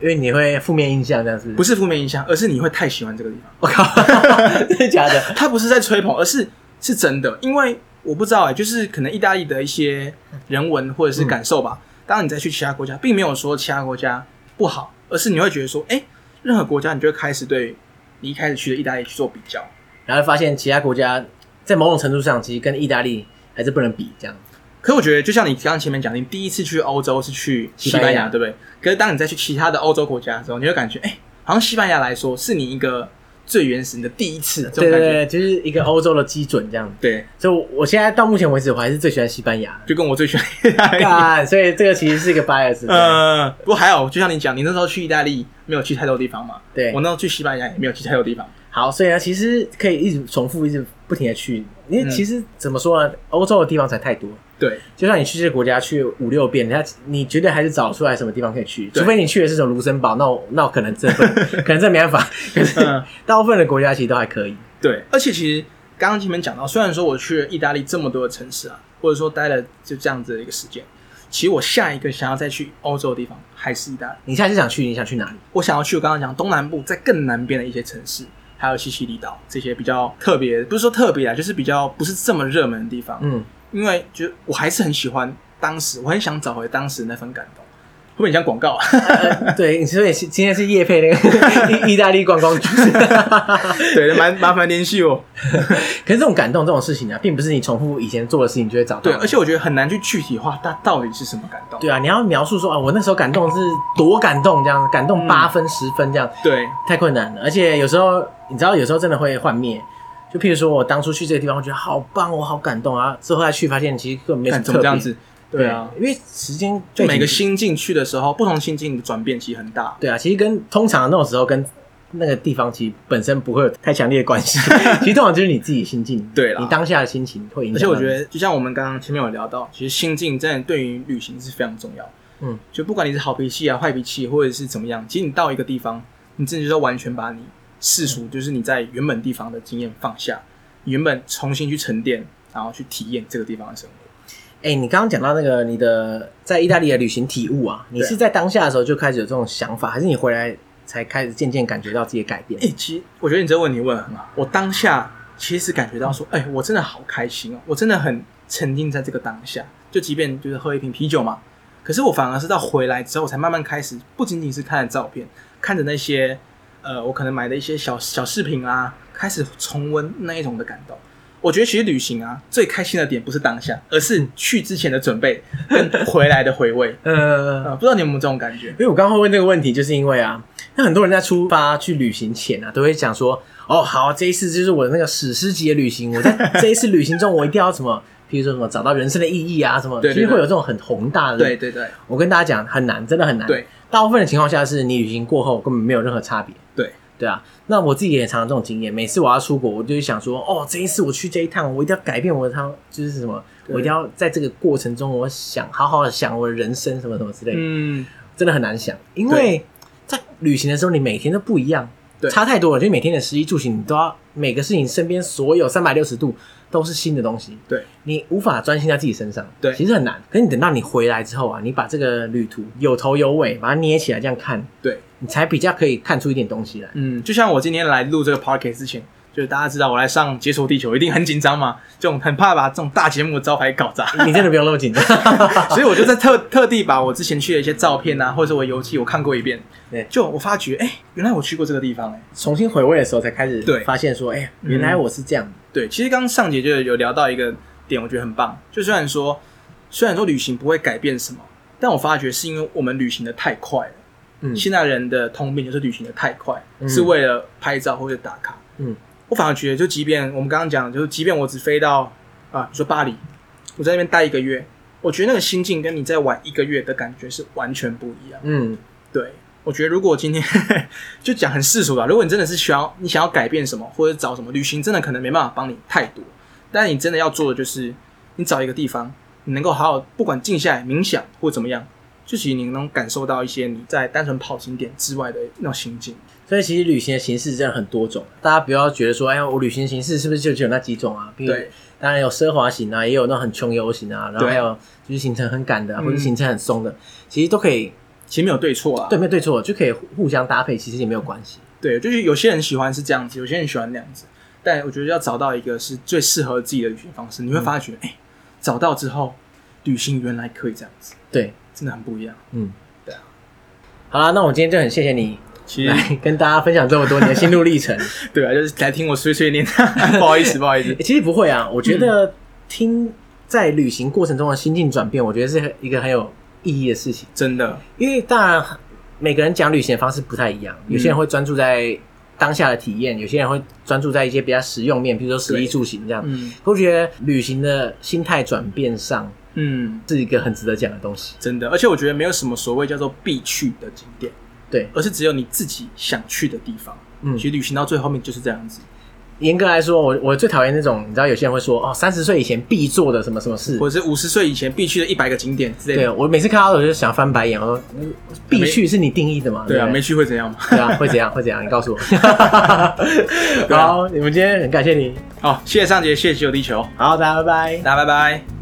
[SPEAKER 1] 因为你会负面印象，这样是
[SPEAKER 2] 不
[SPEAKER 1] 是？
[SPEAKER 2] 是负面影响，而是你会太喜欢这个地方。
[SPEAKER 1] 我靠， 真的假的？
[SPEAKER 2] 他不是在吹捧，而是是真的，因为我不知道哎、就是可能意大利的一些人文或者
[SPEAKER 1] 嗯
[SPEAKER 2] 是感受吧。当你再去其他国家，并没有说其他国家不好，而是你会觉得说，哎、任何国家你就会开始对你一开始去的意大利去做比较。
[SPEAKER 1] 然后发现其他国家在某种程度上其实跟意大利还是不能比，这样。
[SPEAKER 2] 可我觉得，就像你刚刚前面讲，你第一次去欧洲是去西班牙，
[SPEAKER 1] 西班牙
[SPEAKER 2] 对不对？可是当你再去其他的欧洲国家的时候，你会感觉，哎、好像西班牙来说是你一个最原始你的第一次这
[SPEAKER 1] 对对
[SPEAKER 2] 种感觉。
[SPEAKER 1] 对，就是一个欧洲的基准这样。
[SPEAKER 2] 对，。
[SPEAKER 1] 所以我，我现在到目前为止，我还是最喜欢西班牙
[SPEAKER 2] 就跟我最喜欢意大利
[SPEAKER 1] 干，所以这个其实是一个 bias。
[SPEAKER 2] 呃，不过还好，就像你讲，你那时候去意大利没有去太多地方嘛？
[SPEAKER 1] 对
[SPEAKER 2] 我那时候去西班牙也没有去太多地方。
[SPEAKER 1] 好，所以呢，其实可以一直重复，一直不停的去，因为
[SPEAKER 2] 嗯
[SPEAKER 1] 其实怎么说呢，欧洲的地方才太多，
[SPEAKER 2] 对，
[SPEAKER 1] 就算你去这个国家去五六遍，人家你绝对还是找出来什么地方可以去，
[SPEAKER 2] 对
[SPEAKER 1] 除非你去的是什么卢森堡，那我那我可能真的 可能真的没办法，可是
[SPEAKER 2] 嗯
[SPEAKER 1] 大部分的国家其实都还可以，
[SPEAKER 2] 对，而且其实刚刚前面讲到，虽然说我去了意大利这么多的城市啊，或者说待了就这样子的一个时间，其实我下一个想要再去欧洲的地方还是意大利。
[SPEAKER 1] 你下次想去，你想去哪里？
[SPEAKER 2] 我想要去我刚刚讲东南部，在更南边的一些城市，还有西西里岛这些比较特别，不是说特别啊，就是比较不是这么热门的地方。
[SPEAKER 1] 嗯，
[SPEAKER 2] 因为就我还是很喜欢当时，我很想找回当时那份感动。会不会很像广告啊？
[SPEAKER 1] 呃 对，所以是今天是叶配那 个意意大利观光局， 可
[SPEAKER 2] 对，蛮麻烦哦联系我。
[SPEAKER 1] 是这种感动这种事情啊，并不是你重复以前做的事情就会找到
[SPEAKER 2] 对，
[SPEAKER 1] 的，
[SPEAKER 2] 而且我觉得很难去具体化它到底是什么感动。
[SPEAKER 1] 对啊，你要描述说啊，我那时候感动是多感动，这样感动八分、十、分这样
[SPEAKER 2] 对
[SPEAKER 1] 太困难了。而且有时候你知道，有时候真的会幻灭。就譬如说我当初去这个地方，我觉得好棒，我好感动啊。之后再去发现，其实根本没什
[SPEAKER 2] 看
[SPEAKER 1] 么
[SPEAKER 2] 怎
[SPEAKER 1] 特
[SPEAKER 2] 么这
[SPEAKER 1] 别
[SPEAKER 2] 样。子？对啊，，
[SPEAKER 1] 因为时间
[SPEAKER 2] 就
[SPEAKER 1] 对
[SPEAKER 2] 每个心境去的时候，不同心境的转变其实很大。
[SPEAKER 1] 对啊，其实跟通常那种时候跟那个地方其实本身不会有太强烈的关 系。其实通常就是你自己心境，
[SPEAKER 2] 对啦
[SPEAKER 1] 你当下的心情会影
[SPEAKER 2] 而
[SPEAKER 1] 响
[SPEAKER 2] 且
[SPEAKER 1] 到你。
[SPEAKER 2] 我觉得，就像我们刚刚前面有聊到，其实心境真的对于旅行是非常重要。
[SPEAKER 1] 嗯，
[SPEAKER 2] 就不管你是好脾气啊、坏脾气，或者是怎么样，其实你到一个地方，你真的就是要完全把你世
[SPEAKER 1] 嗯
[SPEAKER 2] 俗，就是你在原本地方的经验放下，原本重新去沉淀，然后去体验这个地方的生活。
[SPEAKER 1] 哎、你刚刚讲到那个你的在意大利的旅行体悟啊，你
[SPEAKER 2] 对啊
[SPEAKER 1] 是在当下的时候就开始有这种想法，还是你回来才开始渐渐感觉到自己的改变？
[SPEAKER 2] 哎、其实我觉得你这个问题问的很好。我当下其实感觉到说，哎、我真的好开心哦，我真的很沉浸在这个当下。就即便就是喝一瓶啤酒嘛，可是我反而是到回来之后，我才慢慢开始，不仅仅是看着照片，看着那些呃，我可能买的一些小小饰品啊，开始重温那一种的感动。我觉得其实旅行啊，最开心的点不是当下，而是去之前的准备跟回来的回味。
[SPEAKER 1] 呃，
[SPEAKER 2] 呃，不知道你有没有这种感觉？
[SPEAKER 1] 因为我刚刚会问这个问题，就是因为啊，那很多人在出发去旅行前啊，都会讲说，哦，好，这一次就是我的那个史诗级的旅行，我 在这一次旅行中，我一定要什么，比如说什么找到人生的意义啊，什么，
[SPEAKER 2] 对对对
[SPEAKER 1] 其实会有这种很宏大的。
[SPEAKER 2] 对，对对
[SPEAKER 1] 我跟大家讲，很难，真的很难。
[SPEAKER 2] 对，
[SPEAKER 1] 大部分的情况下是你旅行过后根本没有任何差别。
[SPEAKER 2] 对，
[SPEAKER 1] 对啊，那我自己也常常这种经验。每次我要出国，我就会想说，哦，这一次我去这一趟，我一定要改变我的趟，就是什么，
[SPEAKER 2] 对
[SPEAKER 1] 我一定要在这个过程中，我想好好的想我的人生什么什么之类的，
[SPEAKER 2] 嗯，
[SPEAKER 1] 真的很难想，因为在旅行的时候，你每天都不一样，
[SPEAKER 2] 对
[SPEAKER 1] 差太多了。就每天的食衣住行，你都要每个事情身边所有三百六十度都是新的东西，
[SPEAKER 2] 对，
[SPEAKER 1] 你无法专心在自己身上，
[SPEAKER 2] 对
[SPEAKER 1] 其实很难。可是你等到你回来之后啊，你把这个旅途有头有尾，把它捏起来这样看，
[SPEAKER 2] 对。
[SPEAKER 1] 你才比较可以看出一点东西来。
[SPEAKER 2] 嗯，就像我今天来录这个 podcast 之前，就是大家知道我来上《解锁地球》一定很紧张嘛，这种很怕把这种大节目的招牌搞砸，
[SPEAKER 1] 你真的不用那么紧张。
[SPEAKER 2] 所以我就在特 特地把我之前去的一些照片啊，或者是我游记我看过一遍，
[SPEAKER 1] 对
[SPEAKER 2] 就我发觉，哎、原来我去过这个地方、哎，
[SPEAKER 1] 重新回味的时候，才开始
[SPEAKER 2] 对嗯
[SPEAKER 1] 发现说，哎、原来我是这样。
[SPEAKER 2] 对，其实刚刚上节就有聊到一个点，我觉得很棒。就虽然说，虽然说旅行不会改变什么，但我发觉是因为我们旅行的太快了。
[SPEAKER 1] 嗯
[SPEAKER 2] 现在人的通病就是旅行的太快，
[SPEAKER 1] 嗯
[SPEAKER 2] 是为了拍照或者打卡。
[SPEAKER 1] 嗯，
[SPEAKER 2] 我反而觉得，就即便我们刚刚讲的，就是即便我只飞到啊，你说巴黎，我在那边待一个月，我觉得那个心境跟你在玩一个月的感觉是完全不一样。
[SPEAKER 1] 嗯，
[SPEAKER 2] 对，我觉得如果今天 就讲很世俗吧，如果你真的是需要你想要改变什么或者找什么，旅行真的可能没办法帮你太多，但你真的要做的就是你找一个地方，你能够好好不管静下来冥想或怎么样，就其实你能感受到一些你在单纯跑景点之外的那种心境。
[SPEAKER 1] 所以其实旅行的形式真的很多种，大家不要觉得说，哎呀，我旅行形式是不是就只有那几种啊？比如
[SPEAKER 2] 对，
[SPEAKER 1] 当然有奢华型啊，也有那种很穷游型啊，然后
[SPEAKER 2] 对
[SPEAKER 1] 还有就是行程很赶的啊、
[SPEAKER 2] 嗯
[SPEAKER 1] 或者行程很松的，其实都可以，
[SPEAKER 2] 其实没有对错啦，
[SPEAKER 1] 对，没有对错，就可以互相搭配，其实也没有关系。
[SPEAKER 2] 对，就是有些人喜欢是这样子，有些人喜欢那样子，但我觉得要找到一个是最适合自己的旅行方式，你会发觉，哎、找到之后，旅行原来可以这样子，
[SPEAKER 1] 对，
[SPEAKER 2] 真的很不一样。
[SPEAKER 1] 嗯，
[SPEAKER 2] 对啊。
[SPEAKER 1] 好啦，那我今天就很谢谢你
[SPEAKER 2] 其实
[SPEAKER 1] 来跟大家分享这么多你的心路历 程。
[SPEAKER 2] 对啊，就是来听我碎碎 念，不好意思，不好意思
[SPEAKER 1] 欸。其实不会啊，我觉得听在旅行过程中的心境转变，我觉得是一个很有意义的事情。
[SPEAKER 2] 真的，
[SPEAKER 1] 因为当然每个人讲旅行的方式不太一样，有些人会专注在当下的体验，有些人会专注在一些比较实用面，比如说食衣住行这样。
[SPEAKER 2] 嗯
[SPEAKER 1] 我觉得旅行的心态转变上
[SPEAKER 2] 嗯，
[SPEAKER 1] 是一个很值得讲的东西。
[SPEAKER 2] 真的。而且我觉得没有什么所谓叫做必去的景点，
[SPEAKER 1] 对，
[SPEAKER 2] 而是只有你自己想去的地方。
[SPEAKER 1] 嗯
[SPEAKER 2] 其实旅行到最后面就是这样子，
[SPEAKER 1] 严格来说，我我最讨厌那种，你知道有些人会说哦，三十岁以前必做的什么什么事。
[SPEAKER 2] 或者是五十岁以前必去的一百个景点之类
[SPEAKER 1] 对
[SPEAKER 2] 的。
[SPEAKER 1] 我每次看到的我就想翻白眼，我说嗯必去是你定义的嘛？
[SPEAKER 2] 对啊，
[SPEAKER 1] 不
[SPEAKER 2] 没去会怎样嘛？
[SPEAKER 1] 对啊，会怎样？会怎样？你告诉 我。
[SPEAKER 2] 啊
[SPEAKER 1] 好，你们今天很感谢你。
[SPEAKER 2] 好，谢谢上杰，谢谢九地球，
[SPEAKER 1] 好，大家拜拜。
[SPEAKER 2] 大家拜拜。